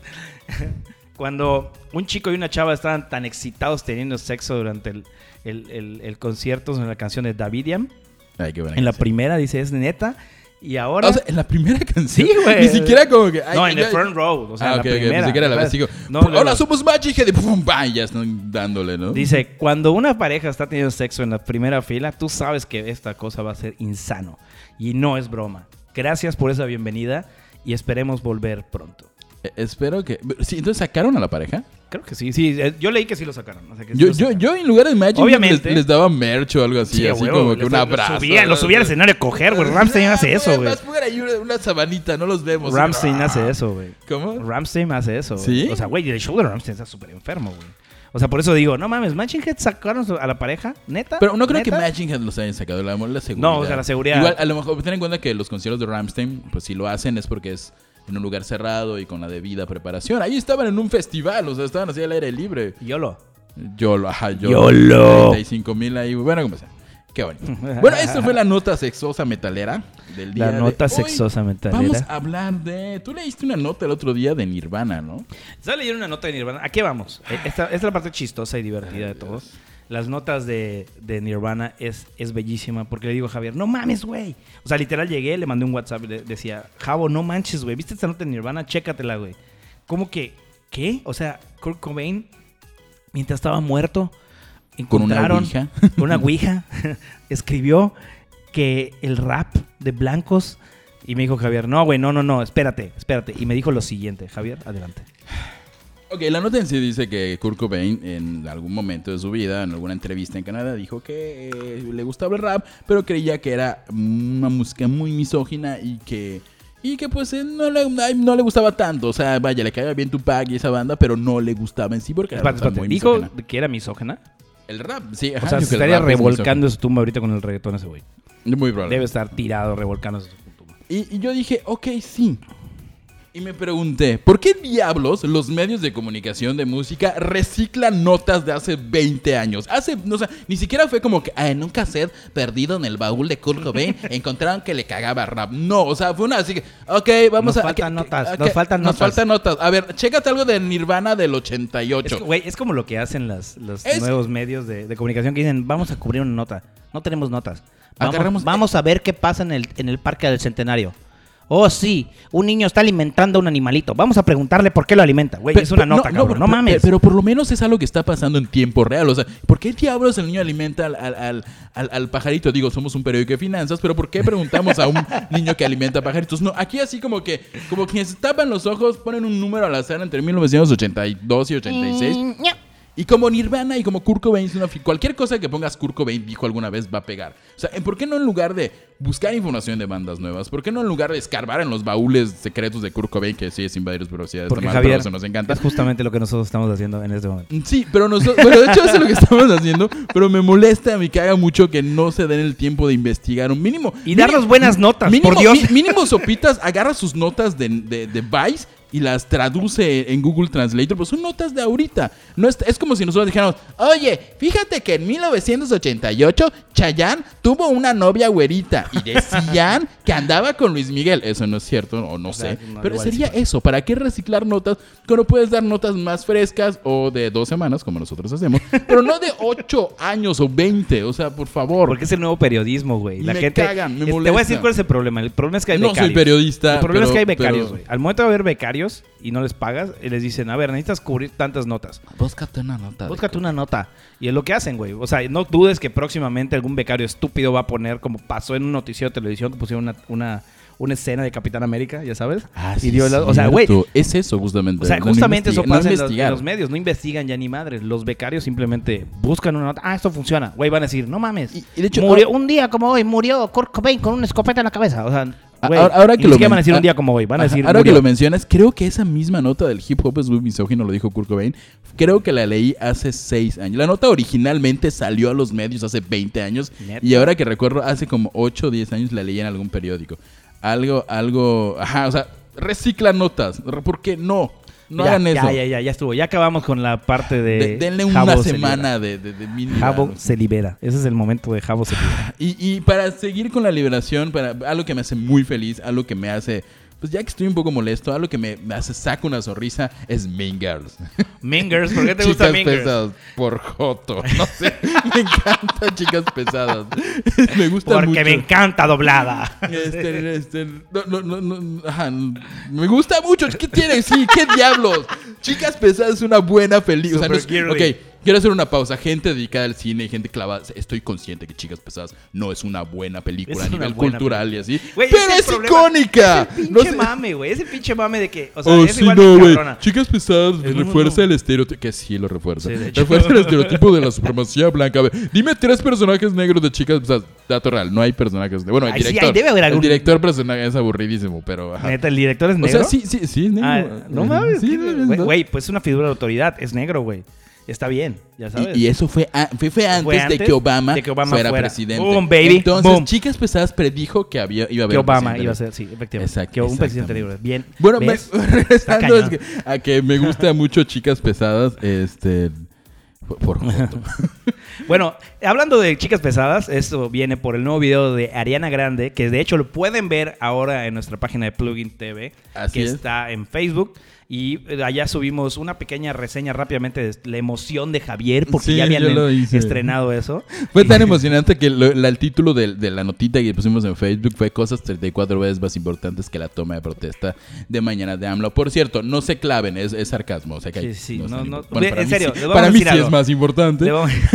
[SPEAKER 2] Cuando un chico y una chava estaban tan excitados teniendo sexo durante el, el- el- el concierto en la canción de Davidian,
[SPEAKER 1] Ay, qué buena
[SPEAKER 2] en la
[SPEAKER 1] canción.
[SPEAKER 2] primera dice, es neta, y ahora...
[SPEAKER 1] Ah, o sea, en la primera canción.
[SPEAKER 2] Sí, güey.
[SPEAKER 1] Ni siquiera como que. ay,
[SPEAKER 2] no, en
[SPEAKER 1] ay,
[SPEAKER 2] el front row, o sea,
[SPEAKER 1] ah,
[SPEAKER 2] en
[SPEAKER 1] ok, ok,
[SPEAKER 2] la primera.
[SPEAKER 1] Ni siquiera la
[SPEAKER 2] ¿sabes?
[SPEAKER 1] vez sigo.
[SPEAKER 2] No,
[SPEAKER 1] "Pum,
[SPEAKER 2] no,
[SPEAKER 1] Hola,
[SPEAKER 2] no.
[SPEAKER 1] somos Magic Head. y Pum, bam, ya están dándole, ¿no?
[SPEAKER 2] Dice, cuando una pareja está teniendo sexo en la primera fila, tú sabes que esta cosa va a ser insano. Y no es broma. Gracias por esa bienvenida y esperemos volver pronto.
[SPEAKER 1] Eh, espero que. Sí, entonces sacaron a la pareja.
[SPEAKER 2] Creo que sí, sí. eh, Yo leí que sí lo sacaron. o sea, que sí
[SPEAKER 1] Yo,
[SPEAKER 2] lo
[SPEAKER 1] yo,
[SPEAKER 2] sacaron.
[SPEAKER 1] yo en lugar de Magic les,
[SPEAKER 2] Obviamente.
[SPEAKER 1] les daba merch o algo así,
[SPEAKER 2] Sí, a
[SPEAKER 1] así
[SPEAKER 2] huevo,
[SPEAKER 1] como que
[SPEAKER 2] lo-
[SPEAKER 1] un
[SPEAKER 2] lo
[SPEAKER 1] abrazo.
[SPEAKER 2] subía- Lo subía al escenario a coger, güey. Ramstein hace eso, güey.
[SPEAKER 1] Además, pongan ahí una, una sabanita, no los vemos.
[SPEAKER 2] Ramstein
[SPEAKER 1] Ah.
[SPEAKER 2] hace eso, güey.
[SPEAKER 1] ¿Cómo?
[SPEAKER 2] Ramstein hace eso. güey.
[SPEAKER 1] ¿Sí?
[SPEAKER 2] O sea, güey, el show de Ramstein está súper enfermo, güey. O sea, por eso digo, no mames, Matching Head sacaron a la pareja, neta.
[SPEAKER 1] Pero no creo que
[SPEAKER 2] ¿Neta?
[SPEAKER 1] Magic Head los hayan sacado, la, la seguridad.
[SPEAKER 2] No, o sea, la seguridad.
[SPEAKER 1] Igual, a lo mejor, pues, ten en cuenta que los conciertos de Ramstein, pues si lo hacen es porque es en un lugar cerrado y con la debida preparación. Ahí estaban en un festival, o sea, estaban así al aire libre.
[SPEAKER 2] Yolo.
[SPEAKER 1] Yolo, ajá, Yolo.
[SPEAKER 2] Yolo.
[SPEAKER 1] 35 mil ahí, güey. bueno, como sea. Qué bonito. Bueno, esta fue la nota sexosa metalera del día
[SPEAKER 2] La
[SPEAKER 1] de
[SPEAKER 2] nota
[SPEAKER 1] hoy.
[SPEAKER 2] sexosa metalera.
[SPEAKER 1] Vamos a hablar de... Tú leíste una nota el otro día de Nirvana, ¿no?
[SPEAKER 2] Estaba leyendo una nota de Nirvana. ¿A qué vamos? Eh, Esta, esta es la parte chistosa y divertida de todos. Las notas de, de Nirvana es, es bellísima porque le digo a Javier, no mames, güey. O sea, literal llegué, le mandé un WhatsApp y le decía, Javo, no manches, güey. ¿Viste esta nota de Nirvana? Chécatela, güey. ¿Cómo que? ¿Qué? O sea, Kurt Cobain, mientras estaba muerto,
[SPEAKER 1] Con una
[SPEAKER 2] encontraron
[SPEAKER 1] ouija.
[SPEAKER 2] con una ouija, escribió que el rap de blancos... Y me dijo Javier, no, güey, no, no, no, espérate, espérate. Y me dijo lo siguiente, Javier, adelante.
[SPEAKER 1] Ok, la nota en sí dice que Kurt Cobain en algún momento de su vida, en alguna entrevista en Canadá, dijo que eh, le gustaba el rap, pero creía que era una música muy misógina y que y que pues eh, no le, ay, no le gustaba tanto. O sea, vaya, le caía bien Tupac y esa banda, pero no le gustaba en sí porque era
[SPEAKER 2] Espérate,
[SPEAKER 1] una
[SPEAKER 2] espérate.
[SPEAKER 1] muy
[SPEAKER 2] Dijo
[SPEAKER 1] misógina.
[SPEAKER 2] que era misógena.
[SPEAKER 1] El rap, sí.
[SPEAKER 2] O
[SPEAKER 1] ajá,
[SPEAKER 2] sea,
[SPEAKER 1] dijo que
[SPEAKER 2] se
[SPEAKER 1] el
[SPEAKER 2] estaría
[SPEAKER 1] rap es
[SPEAKER 2] revolcando su tumba ahorita con el reggaetón ese güey.
[SPEAKER 1] misógino. Muy probable.
[SPEAKER 2] Debe estar tirado revolcando su tumba.
[SPEAKER 1] Y, y yo dije, ok, sí. Y me pregunté, ¿por qué diablos los medios de comunicación de música reciclan notas de hace 20 años? Hace, no, o sea, ni siquiera fue como que "Ah, en un cassette perdido en el baúl de Kurt Cobain encontraron que le cagaba rap. No, o sea, fue una así que, ok, vamos
[SPEAKER 2] Nos
[SPEAKER 1] a.
[SPEAKER 2] faltan
[SPEAKER 1] que- que-
[SPEAKER 2] notas,
[SPEAKER 1] ok,
[SPEAKER 2] nos faltan
[SPEAKER 1] nos
[SPEAKER 2] notas.
[SPEAKER 1] faltan notas. A ver, chécate algo de Nirvana del
[SPEAKER 2] Es,
[SPEAKER 1] 88.
[SPEAKER 2] que, güey, es como lo que hacen las, los
[SPEAKER 1] Es-
[SPEAKER 2] nuevos medios de, de comunicación que dicen, vamos a cubrir una nota. No tenemos notas.
[SPEAKER 1] Agarramos-
[SPEAKER 2] Vamos, vamos a ver qué pasa en el, en el Parque del Centenario. Oh, sí, un niño está alimentando a un animalito. Vamos a preguntarle por qué lo alimenta. Güey,
[SPEAKER 1] Pe-
[SPEAKER 2] es una
[SPEAKER 1] pe- no,
[SPEAKER 2] nota,
[SPEAKER 1] no,
[SPEAKER 2] cabrón.
[SPEAKER 1] pero-
[SPEAKER 2] No,
[SPEAKER 1] pe-
[SPEAKER 2] mames.
[SPEAKER 1] Pero, por lo menos es algo que está pasando en tiempo real. O sea, ¿por qué diablos el niño alimenta al, al- al- al- al pajarito? Digo, somos un periódico de finanzas, pero ¿por qué preguntamos a un niño que alimenta pajaritos? No, aquí así como que, como que se tapan los ojos, ponen un número al azar entre 1982 y 86.
[SPEAKER 3] Mm, ña.
[SPEAKER 1] Y como Nirvana y como Kurt Cobain, es una fi- cualquier cosa que pongas Kurt Cobain dijo alguna vez va a pegar. O sea, ¿por qué no en lugar de buscar información de bandas nuevas? ¿Por qué no en lugar de escarbar en los baúles secretos de Kurt Cobain, que sí es invadir su privacidad? está
[SPEAKER 2] Porque
[SPEAKER 1] mal,
[SPEAKER 2] Javier,
[SPEAKER 1] Este pero eso nos encanta.
[SPEAKER 2] es justamente lo que nosotros estamos haciendo en este momento.
[SPEAKER 1] Mm, Sí, pero nosotros, bueno, de hecho eso es lo que estamos haciendo, pero me molesta, me caga mucho que no se den el tiempo de investigar un mínimo.
[SPEAKER 2] Y darnos buenas notas,
[SPEAKER 1] mínimo,
[SPEAKER 2] por Dios.
[SPEAKER 1] mi- mínimo Sopitas agarra sus notas de, de, de Vice y las traduce en Google Translator, pues son notas de ahorita. No es, es como si nosotros dijéramos, oye, fíjate que en 1988 Chayanne tuvo una novia güerita y decían que andaba con Luis Miguel. Eso no es cierto, o no
[SPEAKER 2] sea,
[SPEAKER 1] sé.
[SPEAKER 2] no,
[SPEAKER 1] pero
[SPEAKER 2] igual
[SPEAKER 1] sería
[SPEAKER 2] sí
[SPEAKER 1] eso. ¿Para qué reciclar notas cuando puedes dar notas más frescas o de dos semanas, como nosotros hacemos? Pero no de ocho años o 20. O sea, por favor.
[SPEAKER 2] Porque es el nuevo periodismo, güey. La
[SPEAKER 1] Me
[SPEAKER 2] gente.
[SPEAKER 1] cagan, me
[SPEAKER 2] es- Te voy a
[SPEAKER 1] molesta.
[SPEAKER 2] decir cuál es el problema. El problema es que hay
[SPEAKER 1] no
[SPEAKER 2] becarios.
[SPEAKER 1] soy periodista.
[SPEAKER 2] El problema es
[SPEAKER 1] pero-
[SPEAKER 2] que hay becarios,
[SPEAKER 1] pero-
[SPEAKER 2] güey. Al momento de haber becarios y no les pagas, y les dicen, a ver, necesitas cubrir tantas notas.
[SPEAKER 1] Búscate una nota. Ah, de-
[SPEAKER 2] Búscate una nota. Y es lo que hacen, güey. O sea, no dudes que próximamente algún becario estúpido va a poner, como pasó en un noticiero de televisión, que pusieron una, una, una escena de Capitán América, ya sabes.
[SPEAKER 1] Ah,
[SPEAKER 2] Y
[SPEAKER 1] sí,
[SPEAKER 2] dio
[SPEAKER 1] es
[SPEAKER 2] la- o sea, güey.
[SPEAKER 1] cierto. Es eso, justamente.
[SPEAKER 2] O sea,
[SPEAKER 1] no
[SPEAKER 2] justamente eso
[SPEAKER 1] investiga- no
[SPEAKER 2] pasa en los- en, los,
[SPEAKER 1] investigar.
[SPEAKER 2] medios. No investigan ya ni madres. Los becarios simplemente buscan una nota. Ah, esto funciona. Güey, van a decir, no mames.
[SPEAKER 1] Y- y de hecho,
[SPEAKER 2] murió,
[SPEAKER 1] ahora-
[SPEAKER 2] un día como hoy murió Kurt Cobain con una escopeta en la cabeza. O sea,
[SPEAKER 1] A-
[SPEAKER 2] güey,
[SPEAKER 1] Ah, ahora- ahora
[SPEAKER 2] ni
[SPEAKER 1] que lo
[SPEAKER 2] siquiera
[SPEAKER 1] men-
[SPEAKER 2] van a decir
[SPEAKER 1] a-
[SPEAKER 2] un día como hoy. Van a
[SPEAKER 1] Ajá,
[SPEAKER 2] decir,
[SPEAKER 1] Ahora
[SPEAKER 2] murió.
[SPEAKER 1] que lo mencionas, creo que esa misma nota del hip hop es muy misógino, lo dijo Kurt Cobain. Creo que la leí hace seis años. La nota originalmente salió a los medios hace 20 años.
[SPEAKER 2] Neta.
[SPEAKER 1] Y ahora que recuerdo, hace como 8 o 10 años la leí en algún periódico. Algo, algo. Ajá, o sea, recicla notas. Re- ¿Por qué no? No
[SPEAKER 2] ya,
[SPEAKER 1] hagan
[SPEAKER 2] ya,
[SPEAKER 1] eso.
[SPEAKER 2] Ya, ya, ya estuvo. Ya acabamos con la parte de.
[SPEAKER 1] De- denle
[SPEAKER 2] Jabo
[SPEAKER 1] una
[SPEAKER 2] se libera.
[SPEAKER 1] semana de, de, de mínimo.
[SPEAKER 2] Jabo se libera. Ese es el momento de Jabo se libera.
[SPEAKER 1] Y, y para seguir con la liberación, para algo que me hace muy feliz, algo que me hace, pues ya que estoy un poco molesto, algo que me, me hace saco una sonrisa es Mean Girls.
[SPEAKER 2] Mingers, Pues, ¿por qué te gusta
[SPEAKER 1] chicas
[SPEAKER 2] Mingers?
[SPEAKER 1] pesadas por Joto. No sé, me encantan chicas pesadas. me gusta
[SPEAKER 2] Porque
[SPEAKER 1] mucho.
[SPEAKER 2] me encanta doblada.
[SPEAKER 1] Este, este, no, no, no, no, ajá, me gusta mucho. ¿Qué tiene? Sí, ¿qué diablos? Chicas pesadas es una buena película. O sea, no es-
[SPEAKER 2] Super girly.
[SPEAKER 1] ok, quiero hacer una pausa. Gente dedicada al cine y gente clavada. Estoy consciente que Chicas pesadas no es una buena película
[SPEAKER 2] Es
[SPEAKER 1] a
[SPEAKER 2] una
[SPEAKER 1] nivel
[SPEAKER 2] buena
[SPEAKER 1] cultural y así.
[SPEAKER 2] Güey, ese
[SPEAKER 1] pero
[SPEAKER 2] el
[SPEAKER 1] es,
[SPEAKER 2] problema.
[SPEAKER 1] icónica.
[SPEAKER 2] Ese
[SPEAKER 1] No
[SPEAKER 2] pinche
[SPEAKER 1] sé-
[SPEAKER 2] mame, güey. Ese pinche mame de que. O sea,
[SPEAKER 1] Oh,
[SPEAKER 2] es
[SPEAKER 1] sí,
[SPEAKER 2] igual
[SPEAKER 1] no,
[SPEAKER 2] de
[SPEAKER 1] güey.
[SPEAKER 2] cabrona.
[SPEAKER 1] Chicas pesadas
[SPEAKER 2] El mundo
[SPEAKER 1] refuerza
[SPEAKER 2] no.
[SPEAKER 1] el estereotipo. Que sí lo refuerza.
[SPEAKER 2] Sí, de hecho.
[SPEAKER 1] refuerza el estereotipo de la supremacía blanca. A ver, dime tres personajes negros de chicas pesadas. Dato real, no hay personajes. ne- Bueno, el
[SPEAKER 2] Ay, sí,
[SPEAKER 1] director.
[SPEAKER 2] ahí debe haber algún-
[SPEAKER 1] El director personaje es aburridísimo, pero. ajá.
[SPEAKER 2] Neta, el director es
[SPEAKER 1] O
[SPEAKER 2] negro.
[SPEAKER 1] sea, sí, sí, sí, es negro. eh,
[SPEAKER 2] Ah, no mames.
[SPEAKER 1] Sí,
[SPEAKER 2] qué-
[SPEAKER 1] no, no,
[SPEAKER 2] güey,
[SPEAKER 1] no.
[SPEAKER 2] Güey, pues es una figura de autoridad. Es negro, güey. Está bien, ya sabes.
[SPEAKER 1] Y, y eso fue, a- fue, fue antes, de,
[SPEAKER 2] antes
[SPEAKER 1] que Obama
[SPEAKER 2] de que Obama
[SPEAKER 1] fuera,
[SPEAKER 2] fuera.
[SPEAKER 1] presidente.
[SPEAKER 2] Boom, baby,
[SPEAKER 1] Entonces,
[SPEAKER 2] boom.
[SPEAKER 1] Chicas Pesadas predijo que había, iba a haber
[SPEAKER 2] que
[SPEAKER 1] un
[SPEAKER 2] Obama
[SPEAKER 1] presidente
[SPEAKER 2] iba a
[SPEAKER 1] negro.
[SPEAKER 2] ser, sí, efectivamente.
[SPEAKER 1] Exact-
[SPEAKER 2] que un presidente
[SPEAKER 1] exactamente.
[SPEAKER 2] negro. Bien.
[SPEAKER 1] Bueno, me-
[SPEAKER 2] ¿ves? Está
[SPEAKER 1] regresando
[SPEAKER 2] cañón.
[SPEAKER 1] es que- a que me gusta mucho Chicas Pesadas, este... Por, por joto.
[SPEAKER 2] Bueno, hablando de chicas pesadas, esto viene por el nuevo video de Ariana Grande, que de hecho lo pueden ver ahora en nuestra página de Plugin TV,
[SPEAKER 1] Así
[SPEAKER 2] que
[SPEAKER 1] es.
[SPEAKER 2] está en Facebook. Y eh, allá subimos una pequeña reseña rápidamente de la emoción de Javier, porque
[SPEAKER 1] Sí,
[SPEAKER 2] ya habían
[SPEAKER 1] yo lo hice.
[SPEAKER 2] estrenado eso.
[SPEAKER 1] Fue tan emocionante que lo- la- el título de, de la notita que pusimos en Facebook fue cosas 34 veces más importantes que la toma de protesta de mañana de AMLO. Por cierto, no se claven, es, es sarcasmo. O sea que
[SPEAKER 2] Sí,
[SPEAKER 1] hay-
[SPEAKER 2] sí,
[SPEAKER 1] es
[SPEAKER 2] no,
[SPEAKER 1] tan
[SPEAKER 2] no.
[SPEAKER 1] importante. Bueno, para mí
[SPEAKER 2] Ve, en serio,
[SPEAKER 1] sí-
[SPEAKER 2] le vamos a
[SPEAKER 1] para mí
[SPEAKER 2] decir
[SPEAKER 1] sí es
[SPEAKER 2] algo.
[SPEAKER 1] más importante.
[SPEAKER 2] Le vamos,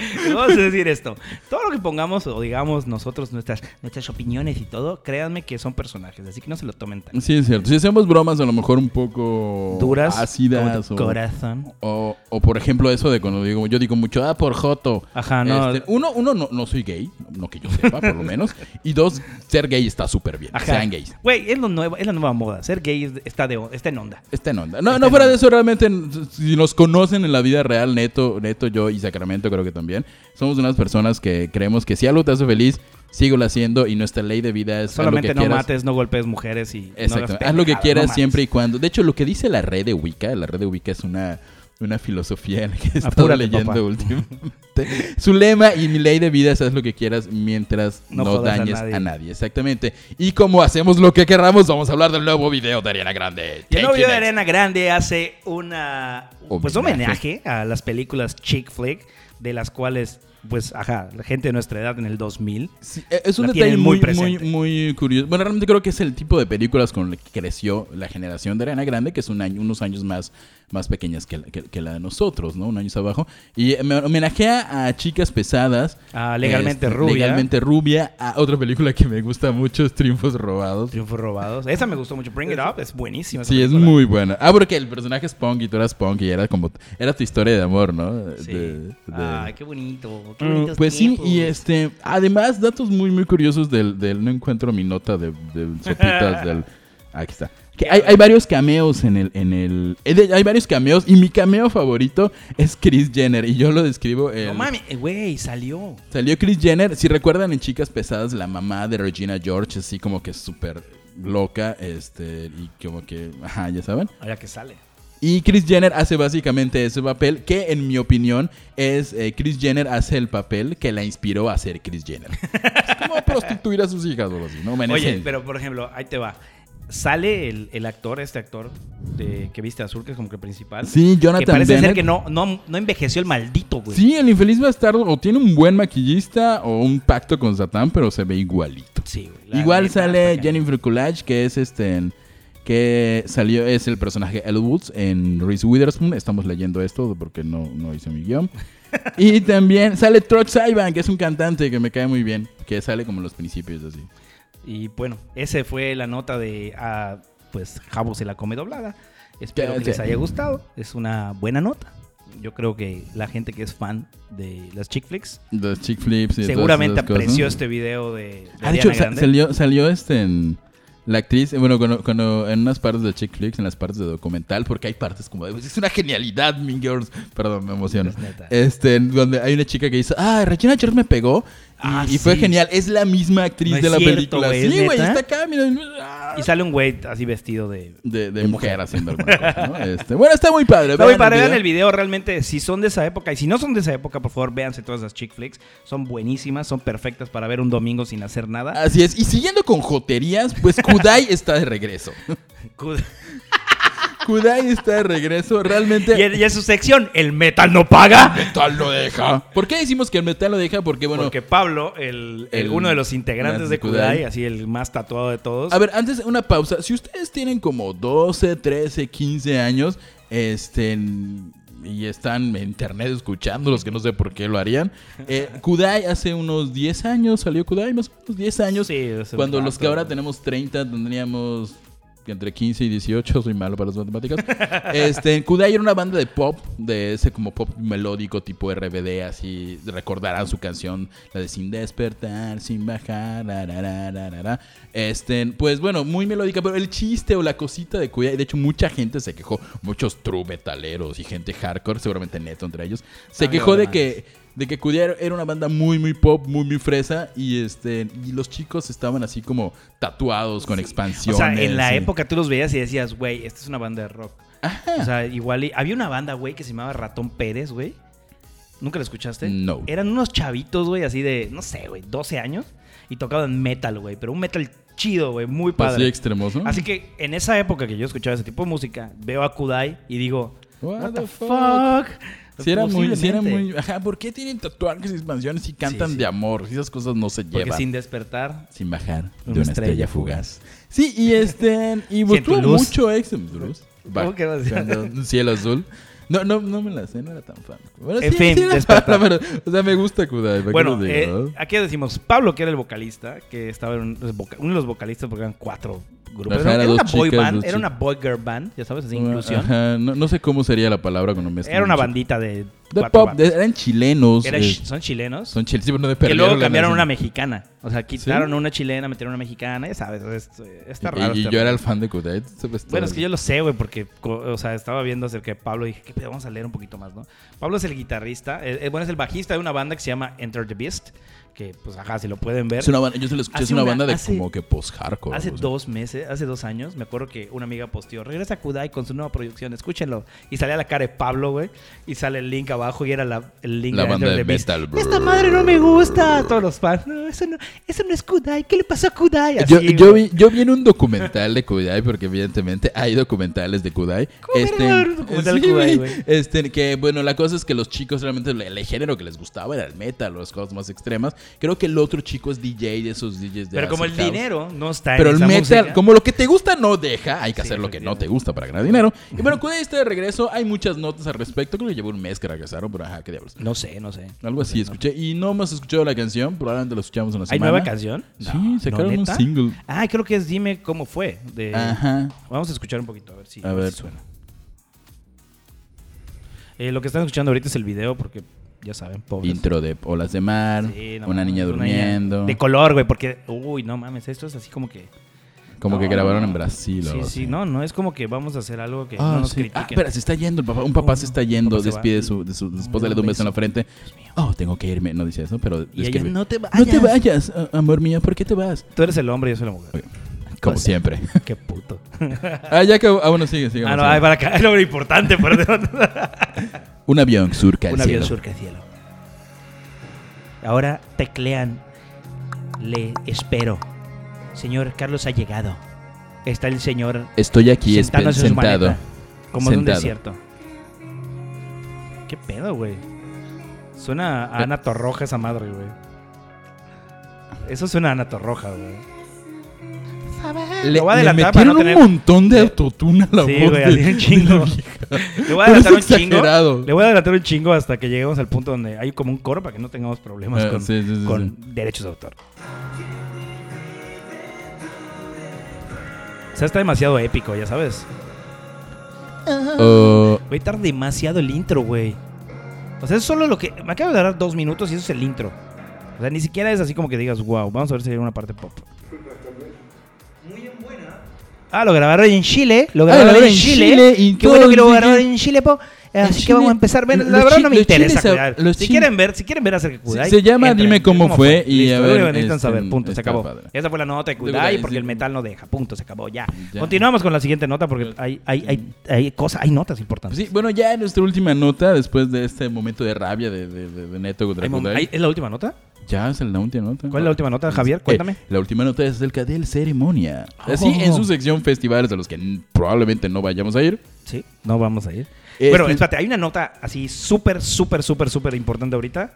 [SPEAKER 2] le vamos a decir esto. Todo lo que pongamos o digamos nosotros, nuestras, nuestras opiniones y todo, créanme que son personajes, así que no se lo tomen tan
[SPEAKER 1] Sí, es cierto. Si hacemos bromas a lo mejor un poco
[SPEAKER 2] duras.
[SPEAKER 1] ácidas
[SPEAKER 2] como
[SPEAKER 1] o,
[SPEAKER 2] tu corazón.
[SPEAKER 1] o, o, por ejemplo eso de cuando digo, yo digo mucho, ah, por Joto.
[SPEAKER 2] Ajá, no.
[SPEAKER 1] Este, uno, uno no, no soy gay, no que yo sepa, por lo menos. Y dos, ser gay está súper bien.
[SPEAKER 2] Ajá.
[SPEAKER 1] Sean gays.
[SPEAKER 2] Güey, es, lo nuevo, es la nueva moda. Ser gay es- está, de, está en onda.
[SPEAKER 1] Está en onda. Este No,
[SPEAKER 2] Está
[SPEAKER 1] no
[SPEAKER 2] en
[SPEAKER 1] fuera
[SPEAKER 2] onda.
[SPEAKER 1] de eso, realmente, n- si nos conocen en la vida real, Neto, Neto, yo y Sacramento creo que también, somos unas personas que creemos que si algo te hace feliz, síguelo haciendo y nuestra ley de vida es haz
[SPEAKER 2] Solamente
[SPEAKER 1] lo que
[SPEAKER 2] no
[SPEAKER 1] quieras.
[SPEAKER 2] mates, no golpes mujeres y. no
[SPEAKER 1] Exacto.
[SPEAKER 2] hagas
[SPEAKER 1] haz lo que
[SPEAKER 2] pendejadas,
[SPEAKER 1] quieras
[SPEAKER 2] no mames.
[SPEAKER 1] siempre y cuando. De hecho, lo que dice la red de Wicca, la red de Wicca es una, una filosofía en la que he estado
[SPEAKER 2] Apúrate,
[SPEAKER 1] leyendo
[SPEAKER 2] papá.
[SPEAKER 1] últimamente. Su lema y mi ley de vida es haz lo que quieras mientras
[SPEAKER 2] No
[SPEAKER 1] no,
[SPEAKER 2] jodas a
[SPEAKER 1] dañes
[SPEAKER 2] nadie.
[SPEAKER 1] a nadie. Exactamente. Y como hacemos lo que querramos, vamos a hablar del nuevo video de Ariana Grande.
[SPEAKER 2] Y el
[SPEAKER 1] Take
[SPEAKER 2] novio
[SPEAKER 1] it
[SPEAKER 2] de
[SPEAKER 1] next.
[SPEAKER 2] Arena Grande hace una pues
[SPEAKER 1] Homenaje.
[SPEAKER 2] homenaje a las películas chick flick de las cuales pues ajá, la gente de nuestra edad en el 2000
[SPEAKER 1] Sí, e- es un
[SPEAKER 2] La
[SPEAKER 1] detalle
[SPEAKER 2] tienen muy
[SPEAKER 1] muy, muy,
[SPEAKER 2] presente.
[SPEAKER 1] muy curioso. Bueno, realmente creo que es el tipo de películas con las que creció la generación de Ariana Grande, que es un año, unos años más, más pequeñas que la, que- que la de nosotros, ¿no? Un año abajo. Y me homenajea a chicas pesadas.
[SPEAKER 2] Ah, Legalmente
[SPEAKER 1] Este,
[SPEAKER 2] Rubia.
[SPEAKER 1] Legalmente rubia. A otra película que me gusta mucho es Triunfos Robados.
[SPEAKER 2] Triunfos robados. Esa me gustó mucho. Bring It Up es buenísima. esa
[SPEAKER 1] Sí, es
[SPEAKER 2] película.
[SPEAKER 1] muy buena. Ah, porque el personaje es punk y tú eras punk y era como... Era tu historia de amor, ¿no?
[SPEAKER 2] Sí. Ah,
[SPEAKER 1] De- de-
[SPEAKER 2] Ay, qué bonito. Qué
[SPEAKER 1] Mm,
[SPEAKER 2] bonitos
[SPEAKER 1] Pues
[SPEAKER 2] tiempos.
[SPEAKER 1] sí, y este, además, datos muy, muy curiosos del, del- no encuentro mi nota de, de sopitas del... Aquí está. Que hay, hay varios cameos en el, en el... eh, de- Hay varios cameos y mi cameo favorito es Chris Jenner y yo lo describo...
[SPEAKER 2] No
[SPEAKER 1] el-
[SPEAKER 2] mames, eh, güey, salió.
[SPEAKER 1] Salió Chris Jenner, si recuerdan en Chicas Pesadas, la mamá de Regina George, así como que súper loca, este, y como que, ajá, ya saben.
[SPEAKER 2] Ahora que sale.
[SPEAKER 1] Y Chris Jenner hace básicamente ese papel, que en mi opinión es eh, Chris Jenner hace el papel que la inspiró a ser Chris Jenner. Es como prostituir a sus hijas o algo así, ¿no? En
[SPEAKER 2] Oye,
[SPEAKER 1] ese-
[SPEAKER 2] pero por ejemplo, ahí te va. Sale el, el actor, este actor de, que viste azul, que es como que el principal.
[SPEAKER 1] Sí, Jonathan
[SPEAKER 2] que parece ser
[SPEAKER 1] Bennett.
[SPEAKER 2] que no, no, no envejeció el maldito, güey.
[SPEAKER 1] Sí, el infeliz bastardo o tiene un buen maquillista o un pacto con Satán, pero se ve igualito.
[SPEAKER 2] Sí, güey, la
[SPEAKER 1] Igual
[SPEAKER 2] neta,
[SPEAKER 1] sale
[SPEAKER 2] está cañón.
[SPEAKER 1] Jennifer Coolidge, que es este en- que salió es el personaje Elle Woods en Reese Witherspoon. Estamos leyendo esto porque no, no hice mi guión. y también sale Troy Sivan, que es un cantante que me cae muy bien, que sale como en los principios así.
[SPEAKER 2] Y bueno, ese fue la nota de ah, pues Jabo se la come doblada. Espero
[SPEAKER 1] Ya,
[SPEAKER 2] que
[SPEAKER 1] sí.
[SPEAKER 2] les haya gustado. Es una buena nota. Yo creo que la gente que es fan de las chick flicks
[SPEAKER 1] Los chick flips y todas
[SPEAKER 2] seguramente
[SPEAKER 1] esas cosas.
[SPEAKER 2] apreció este video de, de
[SPEAKER 1] Ah, de hecho,
[SPEAKER 2] Ariana
[SPEAKER 1] sa-
[SPEAKER 2] Grande.
[SPEAKER 1] salió, salió este en la actriz, eh, bueno, cuando, cuando- en unas partes de chick flicks, en las partes de documental, porque hay partes como, de, "Pues, es una genialidad, Mean Girls, perdón, me emociono.
[SPEAKER 2] Es neta.
[SPEAKER 1] Este, en donde hay una chica que dice, ah, Regina George me pegó y,
[SPEAKER 2] Ah,
[SPEAKER 1] y fue
[SPEAKER 2] sí.
[SPEAKER 1] genial, es la misma actriz
[SPEAKER 2] No es
[SPEAKER 1] de la
[SPEAKER 2] cierto,
[SPEAKER 1] película.
[SPEAKER 2] güey, ¿es
[SPEAKER 1] sí, güey,
[SPEAKER 2] neta?
[SPEAKER 1] está acá, mira. ah.
[SPEAKER 2] Y sale un güey así vestido de...
[SPEAKER 1] De, de
[SPEAKER 2] de
[SPEAKER 1] mujer
[SPEAKER 2] mujer.
[SPEAKER 1] haciendo alguna cosa, ¿no? Este, bueno, está muy padre.
[SPEAKER 2] Pero, güey,
[SPEAKER 1] vean
[SPEAKER 2] para vean
[SPEAKER 1] video.
[SPEAKER 2] el video realmente, si son de esa época y si no son de esa época, por favor, véanse todas las chick flicks. Son buenísimas, son perfectas para ver un domingo sin hacer nada.
[SPEAKER 1] Así es. Y siguiendo con joterías, pues Kudai está de regreso.
[SPEAKER 2] Good.
[SPEAKER 1] Kudai está de regreso. Realmente.
[SPEAKER 2] Y, y es su sección, el metal no paga.
[SPEAKER 1] metal lo deja. ¿Por qué decimos que el metal lo deja? Porque, bueno.
[SPEAKER 2] Porque Pablo, el, el-
[SPEAKER 1] El-
[SPEAKER 2] uno de los integrantes de
[SPEAKER 1] de Kudai.
[SPEAKER 2] Kudai, así el más tatuado de todos.
[SPEAKER 1] A ver, antes, una pausa. Si ustedes tienen como 12, 13, 15 años, este. Y están en internet escuchándolos, que no sé por qué lo harían. eh, Kudai hace unos 10 años, salió Kudai, más o menos 10 años.
[SPEAKER 2] Sí, es un
[SPEAKER 1] cuando los que
[SPEAKER 2] rato.
[SPEAKER 1] ahora tenemos 30 tendríamos entre 15 y 18, soy malo para las matemáticas. este, Kudai era una banda de pop, de ese como pop melódico tipo RBD, así recordarán su canción, la de Sin despertar, sin bajar, ra, ra, ra, ra, ra, ra. Este, pues bueno, muy melódica, pero el chiste o la cosita de Kudai, de hecho mucha gente se quejó, muchos true metaleros y gente hardcore, seguramente Neto entre ellos, se
[SPEAKER 2] Amigo,
[SPEAKER 1] quejó
[SPEAKER 2] Ah, no
[SPEAKER 1] de
[SPEAKER 2] mames.
[SPEAKER 1] que de que Cudier era una banda muy, muy pop, muy, muy fresa. Y este y los chicos estaban así como tatuados con
[SPEAKER 2] o
[SPEAKER 1] expansiones.
[SPEAKER 2] sea, en la
[SPEAKER 1] y-
[SPEAKER 2] época tú los veías y decías, güey, esta es una banda de rock.
[SPEAKER 1] Ajá. pues
[SPEAKER 2] O sea, igual y- había una banda, güey, que se llamaba Ratón Pérez, güey. ¿Nunca la escuchaste?
[SPEAKER 1] No.
[SPEAKER 2] Eran unos chavitos, güey, así de, no sé, güey, 12 años. Y tocaban metal, güey, pero un metal chido, güey, muy
[SPEAKER 1] Pues sí,
[SPEAKER 2] padre.
[SPEAKER 1] extremos, ¿no?
[SPEAKER 2] Así que en esa época que yo escuchaba ese tipo de música, veo a Kudai y digo,
[SPEAKER 1] What
[SPEAKER 2] What,
[SPEAKER 1] the
[SPEAKER 2] the fuck?
[SPEAKER 1] Sí era muy, sí era
[SPEAKER 2] Posiblemente.
[SPEAKER 1] muy. Ajá, ¿por qué tienen tatuajes y expansiones y cantan
[SPEAKER 2] sí.
[SPEAKER 1] de amor? Si Esas cosas no se
[SPEAKER 2] Porque
[SPEAKER 1] llevan.
[SPEAKER 2] sin despertar.
[SPEAKER 1] Sin bajar de
[SPEAKER 2] Una
[SPEAKER 1] una
[SPEAKER 2] estrella
[SPEAKER 1] estrella fugaz. Sí, y este. Y
[SPEAKER 2] Sin tu
[SPEAKER 1] tuvo
[SPEAKER 2] luz.
[SPEAKER 1] mucho éxito.
[SPEAKER 2] ¿Cómo que vas a decir?
[SPEAKER 1] Un cielo azul. No, no, no me la sé, no era tan fan. Bueno,
[SPEAKER 2] En
[SPEAKER 1] sí,
[SPEAKER 2] fin,
[SPEAKER 1] sí era
[SPEAKER 2] despertar.
[SPEAKER 1] fan, pero, o sea, me gusta Kudai. ¿para qué
[SPEAKER 2] Bueno,
[SPEAKER 1] les digo, no?
[SPEAKER 2] eh, aquí decimos Pablo, que era el vocalista, que estaba en un- los voca- uno de los vocalistas, porque eran cuatro grupos.
[SPEAKER 1] Ajá,
[SPEAKER 2] Era,
[SPEAKER 1] eran
[SPEAKER 2] era una
[SPEAKER 1] dos
[SPEAKER 2] boy
[SPEAKER 1] chicas,
[SPEAKER 2] band,
[SPEAKER 1] dos
[SPEAKER 2] era una boy girl band, ya sabes, así, inclusión.
[SPEAKER 1] Ajá, No, no sé cómo sería la palabra cuando me
[SPEAKER 2] Era una bandita de
[SPEAKER 1] De
[SPEAKER 2] cuatro
[SPEAKER 1] pop, de-
[SPEAKER 2] bandas.
[SPEAKER 1] eran chilenos.
[SPEAKER 2] Era
[SPEAKER 1] eh,
[SPEAKER 2] ch- son chilenos.
[SPEAKER 1] son chilenos, sí, pero no de
[SPEAKER 2] que
[SPEAKER 1] perder
[SPEAKER 2] luego
[SPEAKER 1] la
[SPEAKER 2] cambiaron a una
[SPEAKER 1] nación.
[SPEAKER 2] mexicana. O sea, quitaron a una chilena, metieron a una mexicana, ya sabes. es- está raro. este
[SPEAKER 1] Y, y
[SPEAKER 2] está
[SPEAKER 1] yo
[SPEAKER 2] raro.
[SPEAKER 1] era el fan de pues, Kudet.
[SPEAKER 2] Bueno, es que yo lo sé, güey, porque, co- o sea, estaba viendo acerca de Pablo y dije, ¿qué pedo? Vamos a leer un poquito más, ¿no? Pablo es el guitarrista, eh, eh, bueno, es el bajista de una banda que se llama Enter the Beast, que, pues, ajá, si lo pueden ver.
[SPEAKER 1] Es una banda, yo se lo escuché, es
[SPEAKER 2] Hace
[SPEAKER 1] una,
[SPEAKER 2] una-
[SPEAKER 1] banda de
[SPEAKER 2] hace-
[SPEAKER 1] como que post-hardcore.
[SPEAKER 2] Hace
[SPEAKER 1] o sea.
[SPEAKER 2] dos meses, hace dos años, me acuerdo que una amiga posteó, regresa a Kudai con su nueva producción, escúchenlo. Y salía la cara de Pablo, güey, y sale el link abajo y era la, el link
[SPEAKER 1] La banda
[SPEAKER 2] Enter
[SPEAKER 1] de
[SPEAKER 2] the Beast.
[SPEAKER 1] metal, bro.
[SPEAKER 2] Esta madre no me gusta. Todos los fans, no, eso no, eso no es Kudai, ¿qué le pasó a Kudai? Así,
[SPEAKER 1] Yo, yo, vi,
[SPEAKER 2] güey.
[SPEAKER 1] yo vi en un documental de Kudai, porque evidentemente hay documentales de Kudai. Este,
[SPEAKER 2] ¿Cómo verga va a haber un documental de
[SPEAKER 1] sí,
[SPEAKER 2] Kudai,
[SPEAKER 1] güey.
[SPEAKER 2] güey?
[SPEAKER 1] Este, que bueno, la cosa es que los chicos realmente el, el género que les gustaba era el metal, las cosas más extremas. Creo que el otro chico es DJ de esos DJs de
[SPEAKER 2] Pero como el
[SPEAKER 1] acid house.
[SPEAKER 2] dinero no está
[SPEAKER 1] Pero
[SPEAKER 2] en
[SPEAKER 1] el
[SPEAKER 2] esa
[SPEAKER 1] metal,
[SPEAKER 2] música,
[SPEAKER 1] como lo que te gusta no deja, hay que
[SPEAKER 2] Sí,
[SPEAKER 1] hacer lo que no
[SPEAKER 2] efectivamente.
[SPEAKER 1] te gusta para ganar dinero. Y bueno, con este de regreso hay muchas notas al respecto. Creo que llevó un mes que regresaron, pero ajá, qué diablos.
[SPEAKER 2] No sé, no sé.
[SPEAKER 1] Algo así escuché. Y no hemos escuchado la canción, probablemente la escuchamos en la
[SPEAKER 2] ¿Hay
[SPEAKER 1] semana.
[SPEAKER 2] nueva canción?
[SPEAKER 1] Sí,
[SPEAKER 2] No,
[SPEAKER 1] sacaron
[SPEAKER 2] ¿no,
[SPEAKER 1] un
[SPEAKER 2] neta? Eh,
[SPEAKER 1] single.
[SPEAKER 2] Ah, creo que es Dime cómo fue. de-
[SPEAKER 1] Ajá.
[SPEAKER 2] Vamos a escuchar un poquito, a ver si,
[SPEAKER 1] A ver.
[SPEAKER 2] si suena. Eh, lo que están escuchando ahorita es el video porque, ya saben, pobres.
[SPEAKER 1] Intro de Olas de Mar,
[SPEAKER 2] Sí, no
[SPEAKER 1] una
[SPEAKER 2] mames,
[SPEAKER 1] niña
[SPEAKER 2] niña
[SPEAKER 1] durmiendo.
[SPEAKER 2] de color, güey, porque, uy, no mames, esto es así como que...
[SPEAKER 1] como que
[SPEAKER 2] No,
[SPEAKER 1] grabaron
[SPEAKER 2] no.
[SPEAKER 1] en Brasil. o
[SPEAKER 2] Sí,
[SPEAKER 1] algo
[SPEAKER 2] sí,
[SPEAKER 1] así.
[SPEAKER 2] no, no es como que vamos a hacer algo que
[SPEAKER 1] Ah,
[SPEAKER 2] no nos
[SPEAKER 1] sí.
[SPEAKER 2] critiquen.
[SPEAKER 1] Ah, espera, se está yendo el papá. Un papá
[SPEAKER 2] Oh,
[SPEAKER 1] se está yendo,
[SPEAKER 2] papá se va.
[SPEAKER 1] despide su, de su esposa, le da un beso en la frente.
[SPEAKER 2] Dios mío.
[SPEAKER 1] Oh, tengo que irme. No dice eso, pero
[SPEAKER 2] Y ella,
[SPEAKER 1] describe.
[SPEAKER 2] no te vayas.
[SPEAKER 1] No te vayas, a- amor mío, ¿por qué te vas?
[SPEAKER 2] Tú eres el hombre y yo soy la mujer.
[SPEAKER 1] Como
[SPEAKER 2] Cosa.
[SPEAKER 1] siempre.
[SPEAKER 2] Qué puto.
[SPEAKER 1] Ah, ya que. Ah, bueno, sigue, sigue.
[SPEAKER 2] ah, no,
[SPEAKER 1] sigue.
[SPEAKER 2] ay, para acá. Es lo importante, perdón.
[SPEAKER 1] Un avión surca el
[SPEAKER 2] Un
[SPEAKER 1] cielo.
[SPEAKER 2] avión surca el cielo. Ahora teclean. Le espero. Señor Carlos ha llegado. Está el señor
[SPEAKER 1] Estoy aquí espe-
[SPEAKER 2] sentándose en su
[SPEAKER 1] sentado.
[SPEAKER 2] maleta. Como en un
[SPEAKER 1] Sentado.
[SPEAKER 2] desierto. ¿Qué pedo, güey? Suena
[SPEAKER 1] Eh.
[SPEAKER 2] a Ana Torroja esa madre, güey. Eso suena a Ana Torroja, güey.
[SPEAKER 1] Le,
[SPEAKER 2] Lo voy a
[SPEAKER 1] le
[SPEAKER 2] adelantar para
[SPEAKER 1] metieron
[SPEAKER 2] no tener-
[SPEAKER 1] un montón de autotuna a la
[SPEAKER 2] Sí,
[SPEAKER 1] voz
[SPEAKER 2] güey,
[SPEAKER 1] de-
[SPEAKER 2] así un
[SPEAKER 1] de la
[SPEAKER 2] chingo.
[SPEAKER 1] vieja.
[SPEAKER 2] Le voy a
[SPEAKER 1] Pero es
[SPEAKER 2] adelantar un chingo.
[SPEAKER 1] exagerado.
[SPEAKER 2] Le voy a adelantar un chingo hasta que lleguemos al punto donde hay como un coro para que no tengamos problemas
[SPEAKER 1] Ah,
[SPEAKER 2] con,
[SPEAKER 1] sí, sí, sí,
[SPEAKER 2] con derechos de autor. O sea, está demasiado épico, ya sabes. Ah.
[SPEAKER 1] Oh,
[SPEAKER 2] Voy a estar demasiado el intro, güey. O sea, es solo lo que. Me acabo de dar dos minutos y eso es el intro. O sea, ni siquiera es así como que digas, wow, vamos a ver si hay una parte pop. Ah, lo grabaron en Chile. Lo
[SPEAKER 1] Ah, lo
[SPEAKER 2] grabaron
[SPEAKER 1] grabaron
[SPEAKER 2] en
[SPEAKER 1] en
[SPEAKER 2] Chile.
[SPEAKER 1] Chile y
[SPEAKER 2] Qué bueno que lo
[SPEAKER 1] todos
[SPEAKER 2] grabaron
[SPEAKER 1] dicen-
[SPEAKER 2] en Chile, po. Así que
[SPEAKER 1] Chile-
[SPEAKER 2] vamos a empezar. Ven, la
[SPEAKER 1] los
[SPEAKER 2] verdad
[SPEAKER 1] chi-
[SPEAKER 2] no me
[SPEAKER 1] los
[SPEAKER 2] interesa.
[SPEAKER 1] chiles a-
[SPEAKER 2] cuidar.
[SPEAKER 1] los
[SPEAKER 2] si
[SPEAKER 1] chiles-
[SPEAKER 2] quieren ver, si quieren ver acerca de Kudai.
[SPEAKER 1] Se- se llama
[SPEAKER 2] entren.
[SPEAKER 1] Dime cómo fue y
[SPEAKER 2] Listo,
[SPEAKER 1] a
[SPEAKER 2] lo único
[SPEAKER 1] ver,
[SPEAKER 2] que necesitan
[SPEAKER 1] este,
[SPEAKER 2] saber. Punto, se
[SPEAKER 1] está
[SPEAKER 2] acabó.
[SPEAKER 1] padre.
[SPEAKER 2] Esa fue la nota de Kudai
[SPEAKER 1] Kudai,
[SPEAKER 2] porque
[SPEAKER 1] sí.
[SPEAKER 2] el metal no deja. Punto, se acabó. Ya.
[SPEAKER 1] Ya.
[SPEAKER 2] Continuamos con la siguiente nota porque hay, hay, hay, hay cosas, hay notas
[SPEAKER 1] pues
[SPEAKER 2] importantes.
[SPEAKER 1] sí, bueno, ya nuestra última nota después de este momento de rabia de, de- de- de Neto contra
[SPEAKER 2] Hay mom-
[SPEAKER 1] Kudai.
[SPEAKER 2] hay- ¿Es la última nota?
[SPEAKER 1] Ya es la última nota.
[SPEAKER 2] ¿Cuál es la última nota, Javier?
[SPEAKER 1] Eh,
[SPEAKER 2] Cuéntame.
[SPEAKER 1] la última nota es acerca del ceremonia. Así,
[SPEAKER 2] Oh.
[SPEAKER 1] en su sección festivales de los que n- probablemente no vayamos a ir.
[SPEAKER 2] Sí, no vamos a ir.
[SPEAKER 1] Este-
[SPEAKER 2] Bueno, espérate, hay una nota así súper, súper, súper, súper importante ahorita.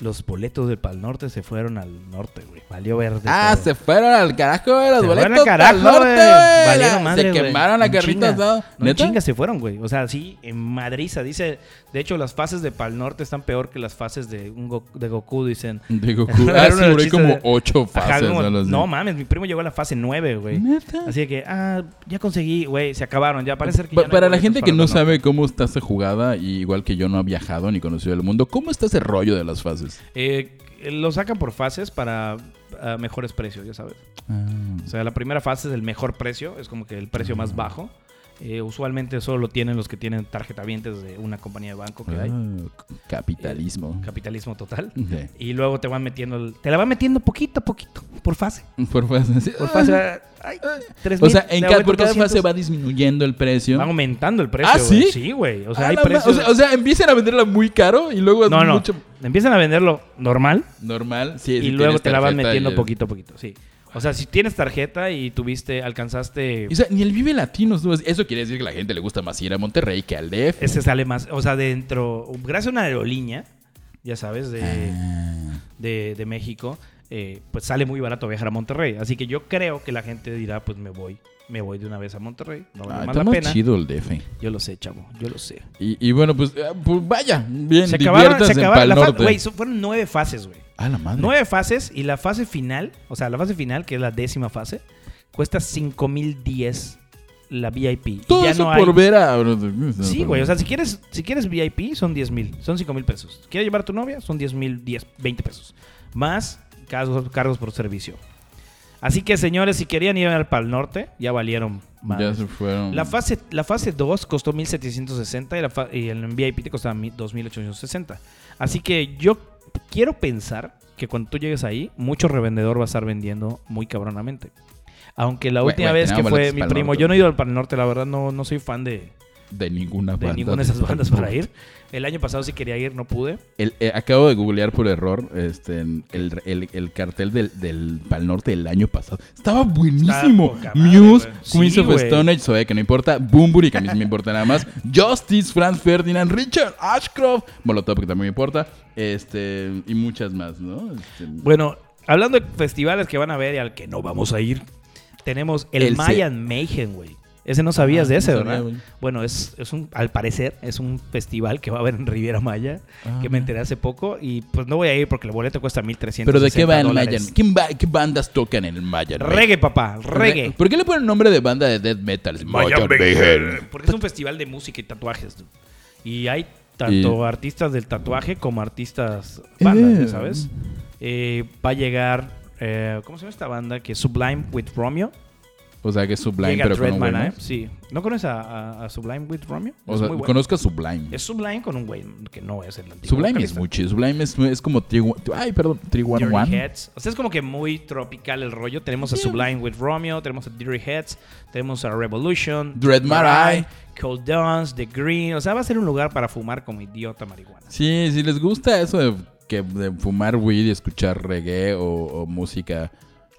[SPEAKER 2] Los boletos del Pal Norte se fueron al norte, güey. Valió verde.
[SPEAKER 1] Ah,
[SPEAKER 2] todo.
[SPEAKER 1] se fueron al carajo de los
[SPEAKER 2] Se
[SPEAKER 1] boletos.
[SPEAKER 2] fueron al carajo,
[SPEAKER 1] pa'l norte,
[SPEAKER 2] güey.
[SPEAKER 1] güey.
[SPEAKER 2] Valieron
[SPEAKER 1] La-
[SPEAKER 2] madre,
[SPEAKER 1] Se
[SPEAKER 2] güey.
[SPEAKER 1] quemaron la
[SPEAKER 2] En
[SPEAKER 1] carrita
[SPEAKER 2] chinga.
[SPEAKER 1] asada.
[SPEAKER 2] No, en
[SPEAKER 1] ¿Neta?
[SPEAKER 2] chinga se fueron, güey. O sea, sí, en madriza. Dice, de hecho, las fases de Pal Norte están peor que las fases de, un Go- de Goku, dicen.
[SPEAKER 1] De Goku.
[SPEAKER 2] Era
[SPEAKER 1] Ah,
[SPEAKER 2] uno
[SPEAKER 1] sí,
[SPEAKER 2] de los
[SPEAKER 1] duré
[SPEAKER 2] chistes
[SPEAKER 1] como
[SPEAKER 2] de-
[SPEAKER 1] ocho
[SPEAKER 2] Ajá,
[SPEAKER 1] fases.
[SPEAKER 2] como,
[SPEAKER 1] algo así.
[SPEAKER 2] no mames, mi primo llegó a la fase 9, güey.
[SPEAKER 1] ¿Neta?
[SPEAKER 2] Así de que, ah, ya conseguí, güey, se acabaron, ya parece ser que...
[SPEAKER 1] Pa-
[SPEAKER 2] ya no hay
[SPEAKER 1] para la
[SPEAKER 2] boletos
[SPEAKER 1] gente que
[SPEAKER 2] para
[SPEAKER 1] no
[SPEAKER 2] el Pal Norte.
[SPEAKER 1] sabe cómo está esa jugada, y igual que yo no ha viajado ni conocido el mundo, ¿cómo está ese rollo de las fases?
[SPEAKER 2] Eh, lo sacan por fases para ah, mejores precios, ya sabes. O sea, la primera fase es el mejor precio, es como que el precio
[SPEAKER 1] Mm.
[SPEAKER 2] más bajo. Eh, usualmente solo lo tienen los que tienen tarjetavientes de una compañía de banco que hay.
[SPEAKER 1] Ah, capitalismo.
[SPEAKER 2] Capitalismo total.
[SPEAKER 1] Sí.
[SPEAKER 2] Y luego te van metiendo, el- te la van metiendo poquito a poquito, por fase.
[SPEAKER 1] Por fases. sí.
[SPEAKER 2] Por fase, ah, ay, tres
[SPEAKER 1] O
[SPEAKER 2] mil,
[SPEAKER 1] sea, en
[SPEAKER 2] le
[SPEAKER 1] cada,
[SPEAKER 2] aumento
[SPEAKER 1] por cada
[SPEAKER 2] 200.
[SPEAKER 1] fase va disminuyendo el precio.
[SPEAKER 2] Va aumentando el precio.
[SPEAKER 1] ¿Ah, sí?
[SPEAKER 2] güey. Sí, güey. O sea,
[SPEAKER 1] Ah,
[SPEAKER 2] hay
[SPEAKER 1] la ma-
[SPEAKER 2] precios.
[SPEAKER 1] o, sea, o sea, empiezan a venderla muy caro y luego es
[SPEAKER 2] no, no.
[SPEAKER 1] Pues mucho
[SPEAKER 2] Empiezan a venderlo normal
[SPEAKER 1] normal. Sí,
[SPEAKER 2] y
[SPEAKER 1] si
[SPEAKER 2] luego
[SPEAKER 1] tienes
[SPEAKER 2] te la van
[SPEAKER 1] tarjeta
[SPEAKER 2] metiendo
[SPEAKER 1] y-
[SPEAKER 2] poquito a poquito. Sí. O sea, si tienes tarjeta y tuviste, alcanzaste.
[SPEAKER 1] O sea, ni el Vive Latino. estuvo así. Eso quiere decir que la gente le gusta más ir a Monterrey que al DF.
[SPEAKER 2] Ese este sale más. O sea, dentro. Gracias a una aerolínea, ya sabes, de,
[SPEAKER 1] Ah.
[SPEAKER 2] de, de México, eh, pues sale muy barato viajar a Monterrey. Así que yo creo que la gente dirá, pues me voy. Me voy de una vez a Monterrey. No vale
[SPEAKER 1] Ah,
[SPEAKER 2] más
[SPEAKER 1] está
[SPEAKER 2] la
[SPEAKER 1] más
[SPEAKER 2] pena.
[SPEAKER 1] chido el DF.
[SPEAKER 2] Yo lo sé, chavo. Yo lo sé.
[SPEAKER 1] Y, y bueno, pues, ah, pues vaya, bien,
[SPEAKER 2] Se acabaron,
[SPEAKER 1] diviértanse
[SPEAKER 2] se
[SPEAKER 1] en
[SPEAKER 2] acabaron.
[SPEAKER 1] Pal
[SPEAKER 2] la fa-
[SPEAKER 1] Norte.
[SPEAKER 2] Güey, so- fueron nueve fases, güey.
[SPEAKER 1] Ah, la madre.
[SPEAKER 2] Nueve fases y la fase final, o sea, la fase final, que es la décima fase, cuesta 5010 la VIP. Y
[SPEAKER 1] Todo
[SPEAKER 2] ya
[SPEAKER 1] eso
[SPEAKER 2] no
[SPEAKER 1] por
[SPEAKER 2] hay-
[SPEAKER 1] ver a...
[SPEAKER 2] Sí, güey, o sea, si quieres, si quieres VIP son 10 mil, son 5 mil pesos. ¿Quieres llevar a tu novia? Son 10 mil, 10, 20 pesos. Más cargos, cargos por servicio. Así que, señores, si querían ir al Pal Norte, ya valieron más.
[SPEAKER 1] Ya se fueron.
[SPEAKER 2] La fase, la fase 2 costó 1760 y, la fa- y el VIP te costaba mi- 2860. Así que yo quiero pensar que cuando tú llegues ahí, mucho revendedor va a estar vendiendo muy cabronamente. Aunque la
[SPEAKER 1] Güey,
[SPEAKER 2] última
[SPEAKER 1] güey,
[SPEAKER 2] vez que
[SPEAKER 1] tenemos
[SPEAKER 2] fue
[SPEAKER 1] boletos
[SPEAKER 2] mi
[SPEAKER 1] para el
[SPEAKER 2] primo,
[SPEAKER 1] norte.
[SPEAKER 2] yo no he ido al Pal Norte, la verdad no, no soy fan de,
[SPEAKER 1] de ninguna
[SPEAKER 2] de
[SPEAKER 1] banda.
[SPEAKER 2] ninguna de esas bandas
[SPEAKER 1] Slipknot.
[SPEAKER 2] para ir. El año pasado sí quería ir, no pude.
[SPEAKER 1] El- eh, acabo de googlear por error este, en el, el- el cartel del, del Pal Norte del año pasado. Estaba buenísimo.
[SPEAKER 2] Está poca madre,
[SPEAKER 1] Muse,
[SPEAKER 2] güey.
[SPEAKER 1] Queens
[SPEAKER 2] Sí,
[SPEAKER 1] of
[SPEAKER 2] güey.
[SPEAKER 1] Stone Age, Zoe, que no importa. Bumburi, que a mí sí me importa nada más. Justice, Franz Ferdinand, Richard Ashcroft, Molotov, que también me importa. Este, y muchas más, ¿no? Este,
[SPEAKER 2] Bueno, hablando de festivales que van a ver y al que no vamos a ir, tenemos el,
[SPEAKER 1] El
[SPEAKER 2] Mayan Mayhem, güey. Ese no sabías
[SPEAKER 1] Ah,
[SPEAKER 2] de
[SPEAKER 1] no
[SPEAKER 2] ese,
[SPEAKER 1] sabía,
[SPEAKER 2] ¿verdad?
[SPEAKER 1] güey.
[SPEAKER 2] Bueno, es, es un, al parecer, es un festival que va a haber en Riviera Maya,
[SPEAKER 1] Ah,
[SPEAKER 2] que me
[SPEAKER 1] mira.
[SPEAKER 2] enteré hace poco y pues no voy a ir porque el boleto cuesta 1.300
[SPEAKER 1] ¿Pero de qué va el
[SPEAKER 2] dólares.
[SPEAKER 1] Mayan? ¿Quién va- ¿Qué bandas tocan en el Mayan?
[SPEAKER 2] Reggae, papá, reggae.
[SPEAKER 1] ¿Por qué le ponen nombre de banda de death metal? Es Mayan Mayhem.
[SPEAKER 2] Porque es un festival de música y tatuajes. dude. Y hay tanto artistas del tatuaje como artistas bandas,
[SPEAKER 1] Eh.
[SPEAKER 2] ya ¿sabes? Eh, va a llegar, eh, ¿cómo se llama esta banda? Que es Sublime with Romeo.
[SPEAKER 1] O sea, que es Sublime,
[SPEAKER 2] Llega
[SPEAKER 1] pero con un
[SPEAKER 2] Dreadman,
[SPEAKER 1] güey, ¿no?
[SPEAKER 2] ¿eh? Sí. ¿No conoces a, a- a Sublime with Romeo?
[SPEAKER 1] O
[SPEAKER 2] es
[SPEAKER 1] sea,
[SPEAKER 2] muy bueno.
[SPEAKER 1] conozco a Sublime.
[SPEAKER 2] Es Sublime con un güey que no es el antiguo.
[SPEAKER 1] Sublime es
[SPEAKER 2] vocalista.
[SPEAKER 1] muy chido. Sublime es, es como Tri- Ay, perdón, Tri One
[SPEAKER 2] Dirty
[SPEAKER 1] One.
[SPEAKER 2] Heads. O sea, es como que muy tropical el rollo. Tenemos a Sublime with Romeo, tenemos a Dirty Heads, tenemos a Revolution,
[SPEAKER 1] Dread Marai.
[SPEAKER 2] Cold Dance, The Green. O sea, va a ser un lugar para fumar como idiota marihuana.
[SPEAKER 1] Sí, si les gusta eso de, que, de fumar weed y escuchar reggae o, o música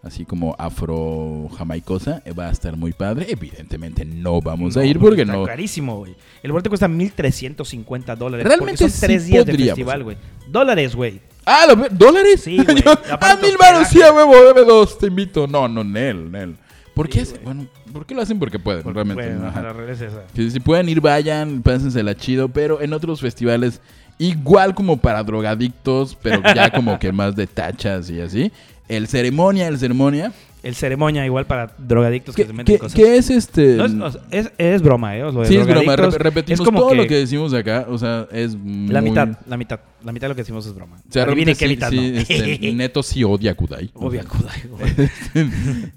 [SPEAKER 1] así como afro jamaicosa, eh, va a estar muy padre. Evidentemente no vamos a ir porque
[SPEAKER 2] está
[SPEAKER 1] no.
[SPEAKER 2] carísimo, güey. El boleto cuesta 1.350 dólares.
[SPEAKER 1] Realmente
[SPEAKER 2] porque son tres
[SPEAKER 1] sí
[SPEAKER 2] días de
[SPEAKER 1] podríamos.
[SPEAKER 2] festival, güey. Dólares, güey.
[SPEAKER 1] Ah, ¿lo ve- ¿dólares?
[SPEAKER 2] Sí, güey.
[SPEAKER 1] Yo,
[SPEAKER 2] Aparte
[SPEAKER 1] a mil
[SPEAKER 2] hospedaje.
[SPEAKER 1] baros, sí, a huevo, dame dos, te invito. No, no, Nel, Nel. ¿Por qué hace- Bueno, ¿por qué lo hacen? Porque pueden, realmente.
[SPEAKER 2] Bueno,
[SPEAKER 1] ajá.
[SPEAKER 2] la realidad es esa.
[SPEAKER 1] Que si pueden ir, vayan, pásensela chido, pero en otros festivales, igual como para drogadictos, pero ya como que más de tachas y así. El ceremonia, el ceremonia.
[SPEAKER 2] El ceremonia igual para drogadictos que,
[SPEAKER 1] Que,
[SPEAKER 2] se meten
[SPEAKER 1] que-
[SPEAKER 2] cosas.
[SPEAKER 1] que es este.
[SPEAKER 2] No, es, o sea, es- es broma, ¿eh? Lo de
[SPEAKER 1] sí, es broma.
[SPEAKER 2] drogadictos
[SPEAKER 1] re- repetimos
[SPEAKER 2] es como
[SPEAKER 1] todo
[SPEAKER 2] que
[SPEAKER 1] lo que decimos acá. O sea, es.
[SPEAKER 2] La
[SPEAKER 1] muy-
[SPEAKER 2] mitad, la mitad. La mitad de lo que decimos es broma.
[SPEAKER 1] O sea,
[SPEAKER 2] Adivinen
[SPEAKER 1] realmente
[SPEAKER 2] qué
[SPEAKER 1] sí-
[SPEAKER 2] mitad,
[SPEAKER 1] sí,
[SPEAKER 2] no.
[SPEAKER 1] este, Neto sí odia a Kudai.
[SPEAKER 2] Obvio, Kudai, güey.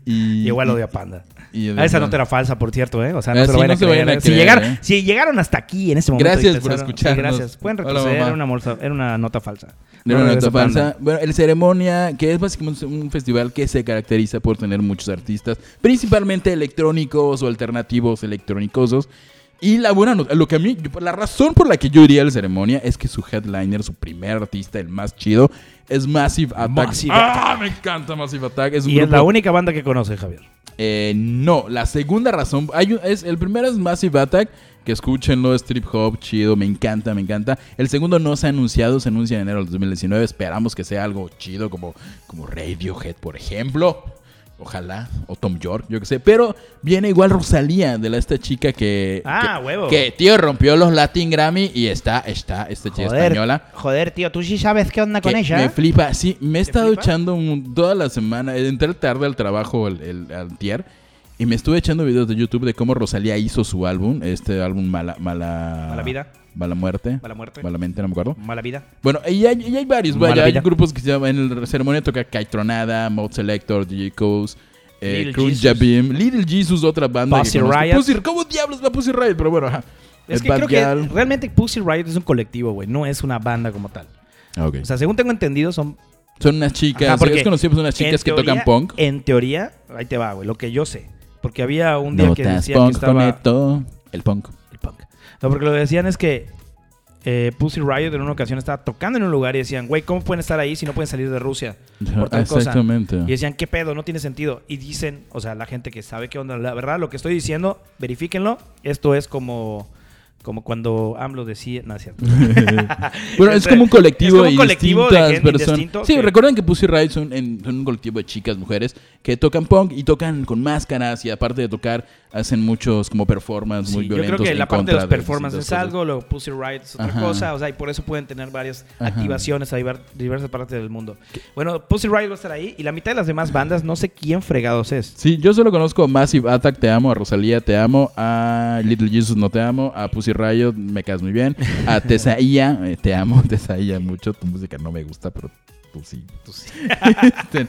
[SPEAKER 1] Y,
[SPEAKER 2] Igual odia Panda.
[SPEAKER 1] y-
[SPEAKER 2] Ah, esa nota era falsa, por cierto, ¿eh? O sea, no
[SPEAKER 1] Ah,
[SPEAKER 2] se lo
[SPEAKER 1] sí,
[SPEAKER 2] vayan a
[SPEAKER 1] no se
[SPEAKER 2] creer,
[SPEAKER 1] vayan a
[SPEAKER 2] ¿eh? Si,
[SPEAKER 1] creer,
[SPEAKER 2] llegaron,
[SPEAKER 1] ¿eh?
[SPEAKER 2] si llegaron hasta aquí en ese momento.
[SPEAKER 1] Gracias
[SPEAKER 2] y
[SPEAKER 1] por
[SPEAKER 2] pensaron-
[SPEAKER 1] escucharnos.
[SPEAKER 2] Sí, gracias. Pueden
[SPEAKER 1] Hola,
[SPEAKER 2] retroceder.
[SPEAKER 1] mamá.
[SPEAKER 2] era, una bolsa- era una nota falsa.
[SPEAKER 1] Era una
[SPEAKER 2] regresa
[SPEAKER 1] nota
[SPEAKER 2] Panda.
[SPEAKER 1] falsa. Bueno, el Ceremonia, que es básicamente un festival que se caracteriza por tener muchos artistas, principalmente electrónicos o alternativos electrónicosos. Y la buena nota, lo que a mí, yo- la razón por la que yo iría al Ceremonia es que su headliner, su primer artista, el más chido, es Massive Attack.
[SPEAKER 2] Massive
[SPEAKER 1] ¡Ah! Me encanta Massive Attack. Es un
[SPEAKER 2] Y es
[SPEAKER 1] grupo-
[SPEAKER 2] la única banda que conoce, Javier.
[SPEAKER 1] eh, no, la segunda razón. Hay un- es, el primero es Massive Attack. Que escúchenlo, es trip hop, chido, me encanta, me encanta. El segundo no se ha anunciado, se anuncia en enero del 2019. Esperamos que sea algo chido como, como Radiohead, por ejemplo. Ojalá, o Tom York, yo que sé. Pero viene igual Rosalía, de la, esta chica que.
[SPEAKER 2] Ah,
[SPEAKER 1] que,
[SPEAKER 2] huevo.
[SPEAKER 1] Que, tío, rompió los Latin Grammy y está, está, esta chica española.
[SPEAKER 2] joder, tío, tú sí sabes qué onda con
[SPEAKER 1] Que
[SPEAKER 2] ella.
[SPEAKER 1] Me flipa, sí, me he estado
[SPEAKER 2] flipa?
[SPEAKER 1] echando un- toda la semana. eh, Entré tarde al trabajo el, el antier y me estuve echando videos de YouTube de cómo Rosalía hizo su álbum, este álbum Mala Mala
[SPEAKER 2] Mala Vida.
[SPEAKER 1] Mala Muerte,
[SPEAKER 2] Mala Muerte.
[SPEAKER 1] Mala Mente, no me acuerdo.
[SPEAKER 2] Mala vida.
[SPEAKER 1] Bueno, y hay, y hay varios,
[SPEAKER 2] Mala
[SPEAKER 1] vaya, hay
[SPEAKER 2] Vida.
[SPEAKER 1] grupos que se llaman, en el ceremonia toca Caitronada, Mode Selector, DJ Coast, eh,
[SPEAKER 2] Little
[SPEAKER 1] Cruz
[SPEAKER 2] Jesus.
[SPEAKER 1] Jabim, Little Jesus, otra banda
[SPEAKER 2] Pussy
[SPEAKER 1] conozco.
[SPEAKER 2] Riot.
[SPEAKER 1] Pussy- ¿Cómo diablos va Pussy Riot? Pero bueno, ajá.
[SPEAKER 2] Es
[SPEAKER 1] Eh,
[SPEAKER 2] que
[SPEAKER 1] Bad
[SPEAKER 2] creo que
[SPEAKER 1] Gal.
[SPEAKER 2] realmente Pussy Riot es un colectivo, güey. No es una banda como tal.
[SPEAKER 1] Ah, ok.
[SPEAKER 2] O sea, según tengo entendido, son
[SPEAKER 1] Son unas chicas,
[SPEAKER 2] Ajá, porque
[SPEAKER 1] es conocido por unas chicas
[SPEAKER 2] en
[SPEAKER 1] que tocan
[SPEAKER 2] teoría-
[SPEAKER 1] punk.
[SPEAKER 2] En teoría, ahí te va, güey, lo que yo sé. Porque había un día que decía que estaba...
[SPEAKER 1] Neto. El punk.
[SPEAKER 2] El punk. No, porque lo que decían es que eh, Pussy Riot en una ocasión estaba tocando en un lugar y decían, güey, ¿cómo pueden estar ahí si no pueden salir de Rusia? Por tal cosa.
[SPEAKER 1] Exactamente.
[SPEAKER 2] Y decían, ¿qué pedo? No tiene sentido. Y dicen, o sea, la gente que sabe qué onda, la verdad, lo que estoy diciendo, verifíquenlo. Esto es como, como cuando AMLO decía, no es cierto.
[SPEAKER 1] Bueno, es
[SPEAKER 2] Este,
[SPEAKER 1] como un colectivo,
[SPEAKER 2] es como un
[SPEAKER 1] y
[SPEAKER 2] colectivo de
[SPEAKER 1] distintas
[SPEAKER 2] gente indistinto
[SPEAKER 1] personas. Sí,
[SPEAKER 2] que-
[SPEAKER 1] recuerden que Pussy Riot son, en- son un colectivo de chicas, mujeres, que tocan punk y tocan con máscaras y aparte de tocar, hacen muchos como performances muy
[SPEAKER 2] Sí,
[SPEAKER 1] violentos.
[SPEAKER 2] Yo creo que
[SPEAKER 1] en
[SPEAKER 2] la parte de
[SPEAKER 1] contra
[SPEAKER 2] los performances es
[SPEAKER 1] distintas cosas.
[SPEAKER 2] algo, luego Pussy Riot es otra
[SPEAKER 1] Ajá.
[SPEAKER 2] cosa, o sea, y por eso pueden tener varias
[SPEAKER 1] Ajá.
[SPEAKER 2] activaciones a diver- diversas partes del mundo. Bueno, Pussy Riot va a estar ahí y la mitad de las demás bandas, no sé quién fregados es.
[SPEAKER 1] Sí, yo solo conozco a Massive Attack, te amo, a Rosalía, te amo, a Little Jesus, no te amo, a Pussy Riot, me caes muy bien, a Tesaía, eh, te amo, Tesaía mucho, tu música no me gusta, pero tú sí. Este,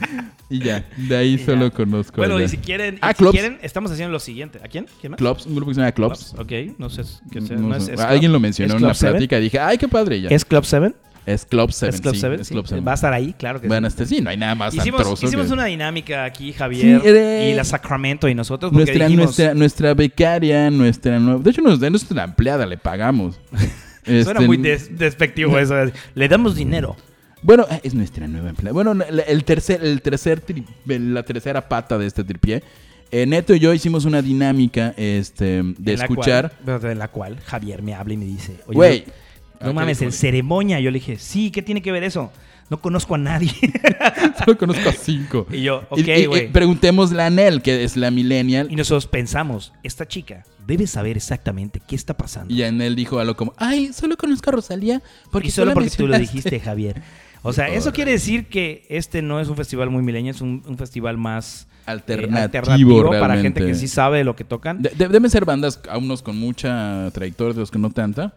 [SPEAKER 1] y ya, de ahí
[SPEAKER 2] ya.
[SPEAKER 1] solo conozco.
[SPEAKER 2] Bueno,
[SPEAKER 1] a
[SPEAKER 2] y si quieren, y
[SPEAKER 1] Ah,
[SPEAKER 2] si
[SPEAKER 1] Clubs.
[SPEAKER 2] quieren, estamos haciendo lo siguiente. ¿A quién? ¿Quién más?
[SPEAKER 1] Clubs, un grupo que se llama Clubs.
[SPEAKER 2] Ok, no sé. que sea-
[SPEAKER 1] No
[SPEAKER 2] no es-
[SPEAKER 1] sé,
[SPEAKER 2] es
[SPEAKER 1] Alguien
[SPEAKER 2] Club-
[SPEAKER 1] lo mencionó
[SPEAKER 2] ¿Es
[SPEAKER 1] en la
[SPEAKER 2] Club Seven?
[SPEAKER 1] plática y dije, ay, qué padre, ya.
[SPEAKER 2] ¿Es Club 7?
[SPEAKER 1] Es Club 7.
[SPEAKER 2] ¿Es Club
[SPEAKER 1] sí,
[SPEAKER 2] 7?
[SPEAKER 1] es Club 7.
[SPEAKER 2] ¿Va a estar ahí? Claro que
[SPEAKER 1] Bueno,
[SPEAKER 2] sí.
[SPEAKER 1] este sí, no hay nada más
[SPEAKER 2] Hicimos,
[SPEAKER 1] astroso
[SPEAKER 2] hicimos
[SPEAKER 1] que-
[SPEAKER 2] una dinámica aquí, Javier,
[SPEAKER 1] Sí, eh.
[SPEAKER 2] y la Sacramento y nosotros, porque
[SPEAKER 1] Nuestra,
[SPEAKER 2] dijimos,
[SPEAKER 1] nuestra, nuestra becaria, nuestra nueva. De hecho, nos- de nuestra empleada le pagamos.
[SPEAKER 2] suena
[SPEAKER 1] Este,
[SPEAKER 2] muy des- despectivo eso, le damos dinero.
[SPEAKER 1] Bueno, eh, es nuestra nueva empleada. Bueno, la- el tercer, el tercer tri- la tercera pata de este tripié. Eh, Neto y yo hicimos una dinámica este, de
[SPEAKER 2] en la
[SPEAKER 1] escuchar.
[SPEAKER 2] cual- pero en la cual Javier me habla y me dice, oye,
[SPEAKER 1] Güey. ah,
[SPEAKER 2] no mames,
[SPEAKER 1] serio.
[SPEAKER 2] en ceremonia. Yo le dije, sí, ¿qué tiene que ver eso? No conozco a nadie.
[SPEAKER 1] Solo conozco a cinco.
[SPEAKER 2] y yo,
[SPEAKER 1] Y-
[SPEAKER 2] ok,
[SPEAKER 1] y- y
[SPEAKER 2] güey.
[SPEAKER 1] Preguntémosle a Nel, que es la millennial.
[SPEAKER 2] Y nosotros pensamos, esta chica debe saber exactamente qué está pasando.
[SPEAKER 1] Y Anel dijo algo como, ay, solo conozco a Rosalía porque
[SPEAKER 2] y solo
[SPEAKER 1] la
[SPEAKER 2] porque tú lo
[SPEAKER 1] mencionaste".
[SPEAKER 2] dijiste, Javier. O sea, eso
[SPEAKER 1] Órale.
[SPEAKER 2] quiere decir que este no es un festival muy milenio, es un, un festival más eh,
[SPEAKER 1] Alternativo,
[SPEAKER 2] para
[SPEAKER 1] realmente.
[SPEAKER 2] gente que sí sabe de lo que tocan.
[SPEAKER 1] De- de- deben ser bandas a unos con mucha trayectoria, otros que no tanta.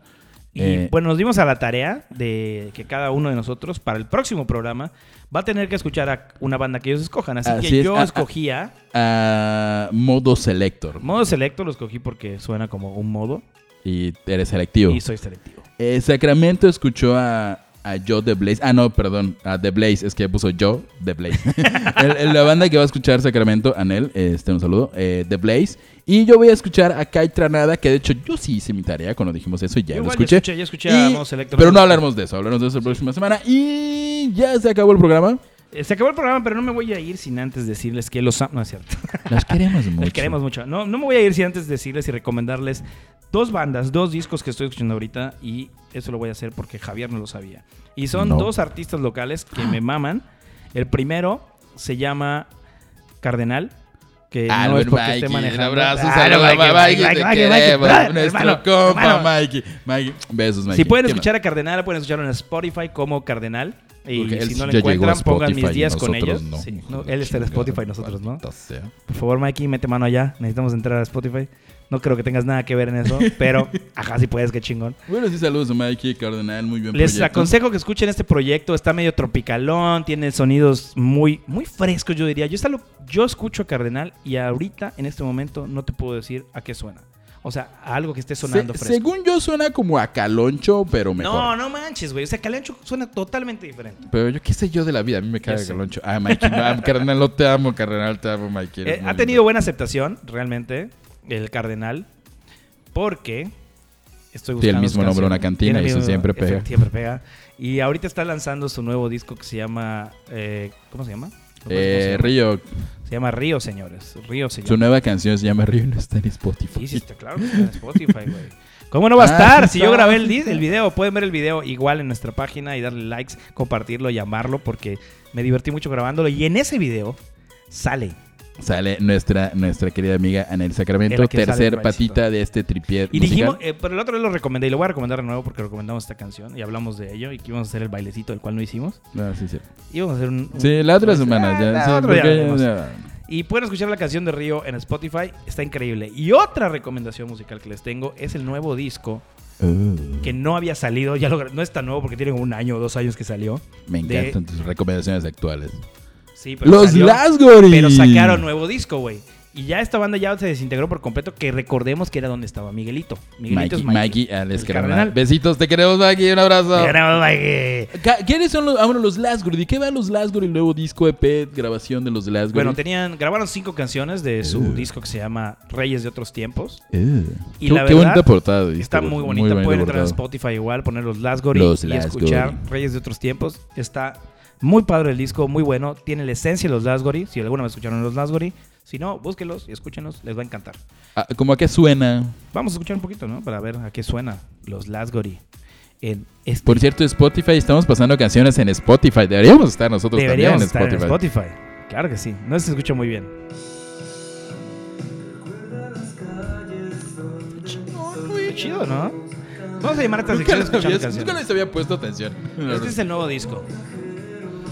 [SPEAKER 2] Y
[SPEAKER 1] Eh,
[SPEAKER 2] bueno, nos dimos a la tarea de que cada uno de nosotros, para el próximo programa, va a tener que escuchar a una banda que ellos escojan. Así,
[SPEAKER 1] Así
[SPEAKER 2] que
[SPEAKER 1] es.
[SPEAKER 2] yo
[SPEAKER 1] Ah, ah.
[SPEAKER 2] escogía.
[SPEAKER 1] a modo selector.
[SPEAKER 2] Modo selecto lo escogí porque suena como un modo.
[SPEAKER 1] Y eres selectivo.
[SPEAKER 2] Y soy selectivo.
[SPEAKER 1] Eh, Sacramento escuchó a, a Joe The Blaze. Ah, no, perdón, a The Blaze. Es que puso yo The Blaze. El- el- la banda que va a escuchar Sacramento, Anel, este, un saludo, eh, The Blaze. Y yo voy a escuchar a Kai Tranada, que de hecho yo sí hice mi tarea cuando dijimos eso y ya
[SPEAKER 2] Yo
[SPEAKER 1] lo
[SPEAKER 2] igual, yo
[SPEAKER 1] escuché.
[SPEAKER 2] escuché- yo escuché a
[SPEAKER 1] Y-
[SPEAKER 2] Modo Selector.
[SPEAKER 1] Pero no hablaremos de eso, hablaremos de eso la próxima semana. Y ya se acabó el programa.
[SPEAKER 2] Eh, Se acabó el programa, pero no me voy a ir sin antes decirles que los amo. No es cierto.
[SPEAKER 1] Las queremos mucho.
[SPEAKER 2] Los queremos mucho. No, no me voy a ir sin antes decirles y recomendarles dos bandas, dos discos que estoy escuchando ahorita. Y eso lo voy a hacer porque Javier no lo sabía. Y son
[SPEAKER 1] No.
[SPEAKER 2] dos artistas locales que me maman. El primero se llama Cardenal. Que Eh, no es
[SPEAKER 1] Albert
[SPEAKER 2] porque
[SPEAKER 1] Mikey, Ah,
[SPEAKER 2] esté
[SPEAKER 1] un
[SPEAKER 2] manejando.
[SPEAKER 1] abrazo,
[SPEAKER 2] Ah,
[SPEAKER 1] saludos
[SPEAKER 2] Mikey,
[SPEAKER 1] a Mikey,
[SPEAKER 2] Mikey,
[SPEAKER 1] te
[SPEAKER 2] Mikey,
[SPEAKER 1] queremos,
[SPEAKER 2] Mikey, hermano,
[SPEAKER 1] nuestro compa
[SPEAKER 2] hermano.
[SPEAKER 1] Mikey, Mikey, besos Mikey.
[SPEAKER 2] Si pueden
[SPEAKER 1] ¿Qué
[SPEAKER 2] escuchar a Cardenal, pueden escucharlo en Spotify como Cardenal. Y
[SPEAKER 1] Porque él
[SPEAKER 2] si no lo
[SPEAKER 1] ya llegó a
[SPEAKER 2] encuentran, pongan
[SPEAKER 1] Spotify
[SPEAKER 2] mis
[SPEAKER 1] y
[SPEAKER 2] días con
[SPEAKER 1] nosotros
[SPEAKER 2] ellos.
[SPEAKER 1] no.
[SPEAKER 2] Sí,
[SPEAKER 1] Hijo
[SPEAKER 2] no,
[SPEAKER 1] de
[SPEAKER 2] él está en
[SPEAKER 1] chingada,
[SPEAKER 2] Spotify, nosotros no.
[SPEAKER 1] maldita sea.
[SPEAKER 2] Por favor, Mikey, mete mano allá. Necesitamos entrar a Spotify. No creo que tengas nada que ver en eso, pero ajá, si puedes, qué chingón.
[SPEAKER 1] Bueno, sí, saludos a Mikey, Cardenal, muy bien
[SPEAKER 2] Les
[SPEAKER 1] proyecto.
[SPEAKER 2] aconsejo que escuchen este proyecto. Está medio tropicalón, tiene sonidos muy, muy frescos, yo diría. Yo, está lo- yo escucho a Cardenal y ahorita, en este momento, no te puedo decir a qué suena. O sea, a algo que esté sonando
[SPEAKER 1] Se-
[SPEAKER 2] fresco.
[SPEAKER 1] Según yo suena como a Caloncho, pero mejor.
[SPEAKER 2] No, no manches, güey. O sea, Calancho suena totalmente diferente.
[SPEAKER 1] Pero yo qué sé yo de la vida, a mí me caga
[SPEAKER 2] sé.
[SPEAKER 1] Caloncho. Ah, Mikey, no, Cardenal, lo te amo, Cardenal, te amo, Mikey. eres
[SPEAKER 2] Eh,
[SPEAKER 1] muy
[SPEAKER 2] ha
[SPEAKER 1] lindo.
[SPEAKER 2] tenido buena aceptación, realmente, el Cardenal, porque estoy buscando.
[SPEAKER 1] Tiene el mismo nombre
[SPEAKER 2] su canción.
[SPEAKER 1] una cantina,
[SPEAKER 2] Tiene el
[SPEAKER 1] y eso siempre pega.
[SPEAKER 2] Siempre pega. Y ahorita está lanzando su nuevo disco que se llama. eh, ¿Cómo se llama? ¿No sabes
[SPEAKER 1] Eh,
[SPEAKER 2] cómo se, llama?
[SPEAKER 1] Río,
[SPEAKER 2] se llama Río, señores. Río se
[SPEAKER 1] su
[SPEAKER 2] llama.
[SPEAKER 1] nueva canción se llama Río y no está en Spotify.
[SPEAKER 2] Sí, sí, está claro que está en Spotify, güey. ¿Cómo no va a
[SPEAKER 1] Ah,
[SPEAKER 2] estar?
[SPEAKER 1] sí
[SPEAKER 2] si yo
[SPEAKER 1] está.
[SPEAKER 2] grabé el, di- el video, pueden ver el video igual en nuestra página y darle likes, compartirlo, llamarlo, porque me divertí mucho grabándolo. Y en ese video sale
[SPEAKER 1] Sale nuestra, nuestra querida amiga Anel
[SPEAKER 2] En
[SPEAKER 1] Sacramento,
[SPEAKER 2] la que sale
[SPEAKER 1] tercer
[SPEAKER 2] el
[SPEAKER 1] patita de este tripié.
[SPEAKER 2] Y
[SPEAKER 1] musical.
[SPEAKER 2] dijimos, eh, pero el otro día lo recomendé y lo voy a recomendar de nuevo porque recomendamos esta canción y hablamos de ello y que íbamos a hacer el bailecito, el cual no hicimos.
[SPEAKER 1] No, sí, sí.
[SPEAKER 2] Íbamos a hacer un. un-
[SPEAKER 1] Sí, la otra
[SPEAKER 2] Ah,
[SPEAKER 1] semana. Ya,
[SPEAKER 2] la
[SPEAKER 1] sí,
[SPEAKER 2] otra
[SPEAKER 1] porque
[SPEAKER 2] ya
[SPEAKER 1] ya-
[SPEAKER 2] vemos.
[SPEAKER 1] ya-
[SPEAKER 2] Y pueden escuchar la canción de Río en Spotify, está increíble. Y otra recomendación musical que les tengo es el nuevo disco
[SPEAKER 1] Uh,
[SPEAKER 2] que no había salido, ya lo gra- no es tan nuevo porque tiene como un año o dos años que salió.
[SPEAKER 1] me
[SPEAKER 2] de-
[SPEAKER 1] encantan tus recomendaciones actuales.
[SPEAKER 2] Sí, pero
[SPEAKER 1] Los
[SPEAKER 2] salió,
[SPEAKER 1] Lasgory.
[SPEAKER 2] Pero sacaron nuevo disco, güey. Y ya esta banda ya se desintegró por completo, que recordemos que era donde estaba Miguelito.
[SPEAKER 1] Mikey,
[SPEAKER 2] Miguelito es Mikey.
[SPEAKER 1] Mikey, Alex
[SPEAKER 2] El
[SPEAKER 1] Cardenal.
[SPEAKER 2] cardenal.
[SPEAKER 1] Besitos, te queremos, Mikey. Un abrazo.
[SPEAKER 2] Era Mikey.
[SPEAKER 1] Ca- ¿Quiénes son los, ah, bueno, los Lasgory? ¿De qué va los Lasgory? El nuevo disco EP, grabación de los Lasgory.
[SPEAKER 2] Bueno, tenían, grabaron cinco canciones de su
[SPEAKER 1] Uh.
[SPEAKER 2] disco que se llama Reyes de otros tiempos.
[SPEAKER 1] Eh,
[SPEAKER 2] y
[SPEAKER 1] qué,
[SPEAKER 2] la
[SPEAKER 1] qué
[SPEAKER 2] verdad,
[SPEAKER 1] bonita portada. de disco,
[SPEAKER 2] Está muy bonita. Pueden entrar a
[SPEAKER 1] portada.
[SPEAKER 2] Spotify igual, poner los Lasgory
[SPEAKER 1] Los
[SPEAKER 2] y
[SPEAKER 1] Lasgory.
[SPEAKER 2] escuchar Reyes de otros tiempos. Está muy padre el disco, muy bueno. Tiene la esencia de los Lasgory. Si alguna vez escucharon los Lasgory, si no, búsquenlos y escúchenlos. Les va a encantar.
[SPEAKER 1] Ah, ¿Cómo a qué suena?
[SPEAKER 2] Vamos a escuchar un poquito, ¿no? Para ver a qué suena los Lasgory en este.
[SPEAKER 1] Por cierto, Spotify, estamos pasando canciones en Spotify. Deberíamos estar nosotros
[SPEAKER 2] Deberíamos estar
[SPEAKER 1] también en Spotify.
[SPEAKER 2] en Spotify. Claro que sí. No se escucha muy bien. Qué chido, ¿no? Vamos a llamar a esta
[SPEAKER 1] Nunca
[SPEAKER 2] sección
[SPEAKER 1] les
[SPEAKER 2] escuchando
[SPEAKER 1] había, nunca
[SPEAKER 2] canciones.
[SPEAKER 1] les había puesto atención.
[SPEAKER 2] Este es el nuevo disco.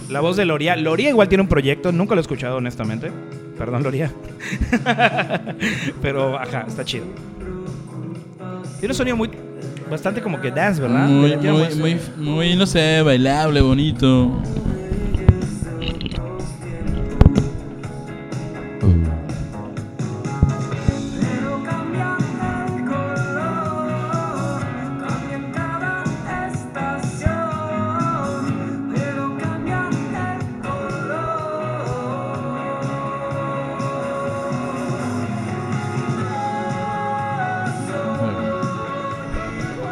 [SPEAKER 2] La voz de Loria. Loria igual tiene un proyecto, nunca lo he escuchado honestamente. Perdón, Loria. Pero, ajá, está chido. Tiene un sonido muy... Bastante como que dance, ¿verdad?
[SPEAKER 1] Muy,
[SPEAKER 2] Le metieron
[SPEAKER 1] muy,
[SPEAKER 2] buen-
[SPEAKER 1] muy, muy, no sé, bailable, bonito.
[SPEAKER 4] Cambia en cada estación.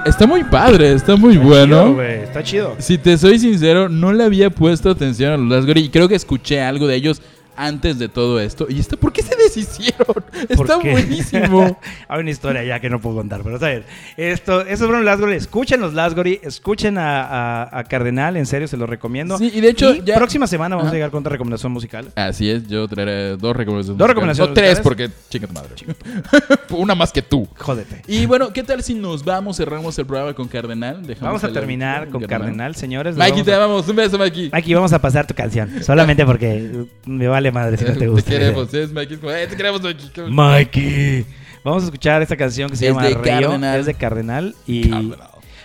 [SPEAKER 1] Está muy padre, está muy bueno.
[SPEAKER 2] Chido, güey, está chido.
[SPEAKER 1] Si te soy sincero, no le había puesto atención a los Last Gory y creo que escuché algo de ellos antes de todo esto. ¿Y está, por qué se deshicieron? Está
[SPEAKER 2] qué?
[SPEAKER 1] buenísimo.
[SPEAKER 2] Hay una historia ya que no puedo contar, pero está bien. Esto, esos fueron los Lasgory. Escuchen los Lasgory, escuchen a, a- a Cardenal, en serio, se los recomiendo.
[SPEAKER 1] Sí, y de hecho, ya-
[SPEAKER 2] próxima semana vamos
[SPEAKER 1] Ajá.
[SPEAKER 2] a llegar con otra recomendación musical.
[SPEAKER 1] Así es, yo traeré dos recomendaciones.
[SPEAKER 2] Dos recomendaciones
[SPEAKER 1] O tres,
[SPEAKER 2] musicales.
[SPEAKER 1] porque chinga tu madre. Una más que tú.
[SPEAKER 2] Jódete.
[SPEAKER 1] Y bueno, ¿qué tal si nos vamos, cerramos el programa con Cardenal? Dejamos
[SPEAKER 2] Vamos a
[SPEAKER 1] al-
[SPEAKER 2] terminar con Cardenal, señores. Los
[SPEAKER 1] Pues Mikey,
[SPEAKER 2] vamos
[SPEAKER 1] te
[SPEAKER 2] a-
[SPEAKER 1] amamos. Un beso, Mikey.
[SPEAKER 2] Mikey, vamos a pasar tu canción. Solamente porque me vale madre si no te gusta.
[SPEAKER 1] queremos, es Mikey. es como, "Eh, te queremos, Mikey. Qué bonito".
[SPEAKER 2] Mikey. Vamos a escuchar esta canción que se
[SPEAKER 1] Es
[SPEAKER 2] llama
[SPEAKER 1] de
[SPEAKER 2] Río.
[SPEAKER 1] Cardenal.
[SPEAKER 2] Es de Cardenal. Y.
[SPEAKER 1] Cardenal.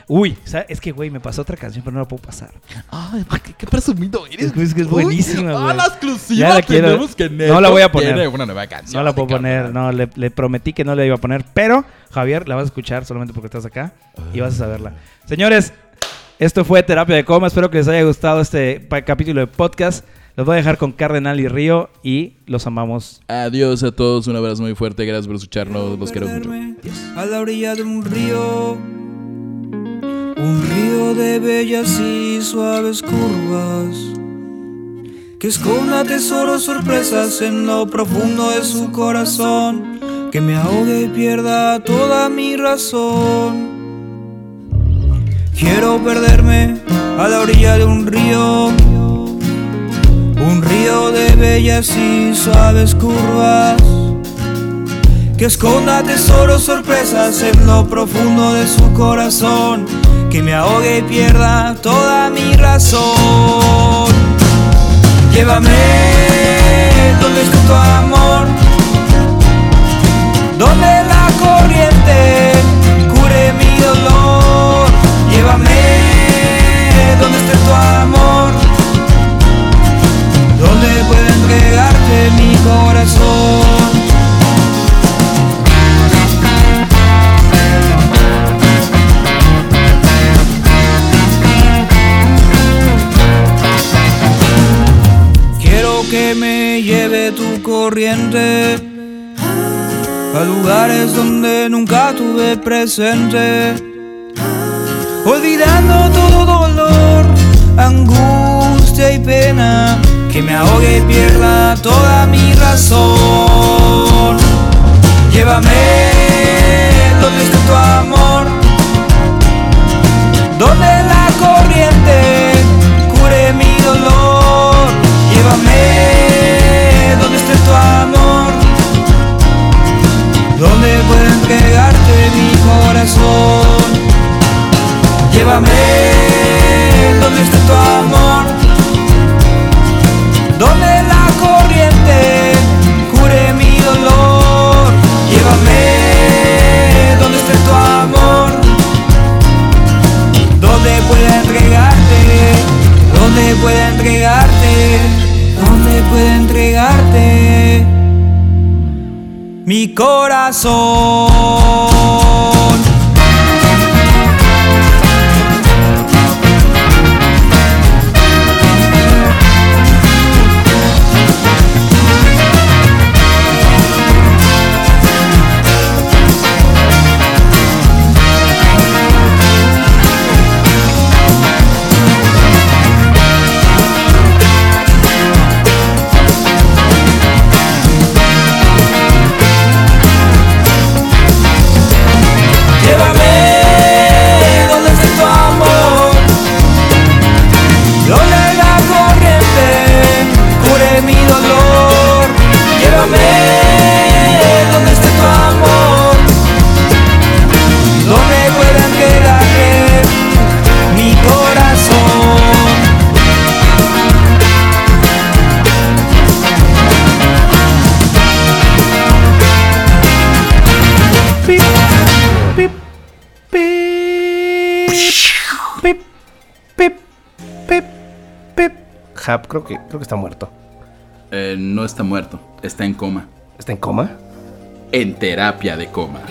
[SPEAKER 2] Uy, o sea, es que, güey, me pasó otra canción, pero no la puedo pasar.
[SPEAKER 1] Ay, qué, qué presumido eres.
[SPEAKER 2] Es que es
[SPEAKER 1] Uy,
[SPEAKER 2] buenísima,
[SPEAKER 1] ah,
[SPEAKER 2] güey.
[SPEAKER 1] la exclusiva
[SPEAKER 2] Ya la quiero.
[SPEAKER 1] tenemos que
[SPEAKER 2] No
[SPEAKER 1] Neto
[SPEAKER 2] la voy a poner.
[SPEAKER 1] tiene una nueva canción
[SPEAKER 2] No la
[SPEAKER 1] de
[SPEAKER 2] puedo poner,
[SPEAKER 1] Cardenal.
[SPEAKER 2] no, le, le prometí que no la iba a poner, pero Javier la vas a escuchar solamente porque estás acá y vas a saberla. Señores, esto fue Terapia de Coma, espero que les haya gustado este pa- capítulo de podcast. Los voy a dejar con Cardenal y Río y los amamos.
[SPEAKER 1] Adiós a todos, un abrazo muy fuerte. Gracias por escucharnos. Los queremos mucho.
[SPEAKER 5] perderme A la orilla de un río, un río de bellas y suaves curvas, que esconda tesoros sorpresas en lo profundo de su corazón, que me ahogue y pierda toda mi razón. Quiero perderme a la orilla de un río, un río de bellas y suaves curvas que esconda tesoros, sorpresas en lo profundo de su corazón, que me ahogue y pierda toda mi razón. Llévame donde está tu amor, donde la corriente cure mi dolor. Llévame donde esté tu amor, donde pueda entregarte mi corazón. Quiero que me lleve tu corriente a lugares donde nunca tuve presente, olvidando todo dolor, angustia y pena, que me ahogue y pierda toda mi razón. Llévame donde está tu amor, donde la corriente cure mi dolor. Llévame donde esté tu amor, donde pueda entregarte mi corazón. Llévame donde esté tu amor, donde la corriente cure mi dolor. Llévame donde esté tu amor donde pueda entregarte, donde pueda entregarte, donde pueda entregarte mi corazón. Llévame donde esté tu amor, donde la corriente cure mi dolor. Llévame donde esté tu amor, donde pueda entregarle mi corazón.
[SPEAKER 2] Pip, pip, pip, pip, pip, pip, pip.
[SPEAKER 6] Hap, creo que, creo que está muerto.
[SPEAKER 1] Eh, no está muerto, está en coma.
[SPEAKER 6] ¿Está en coma?
[SPEAKER 1] En terapia de coma.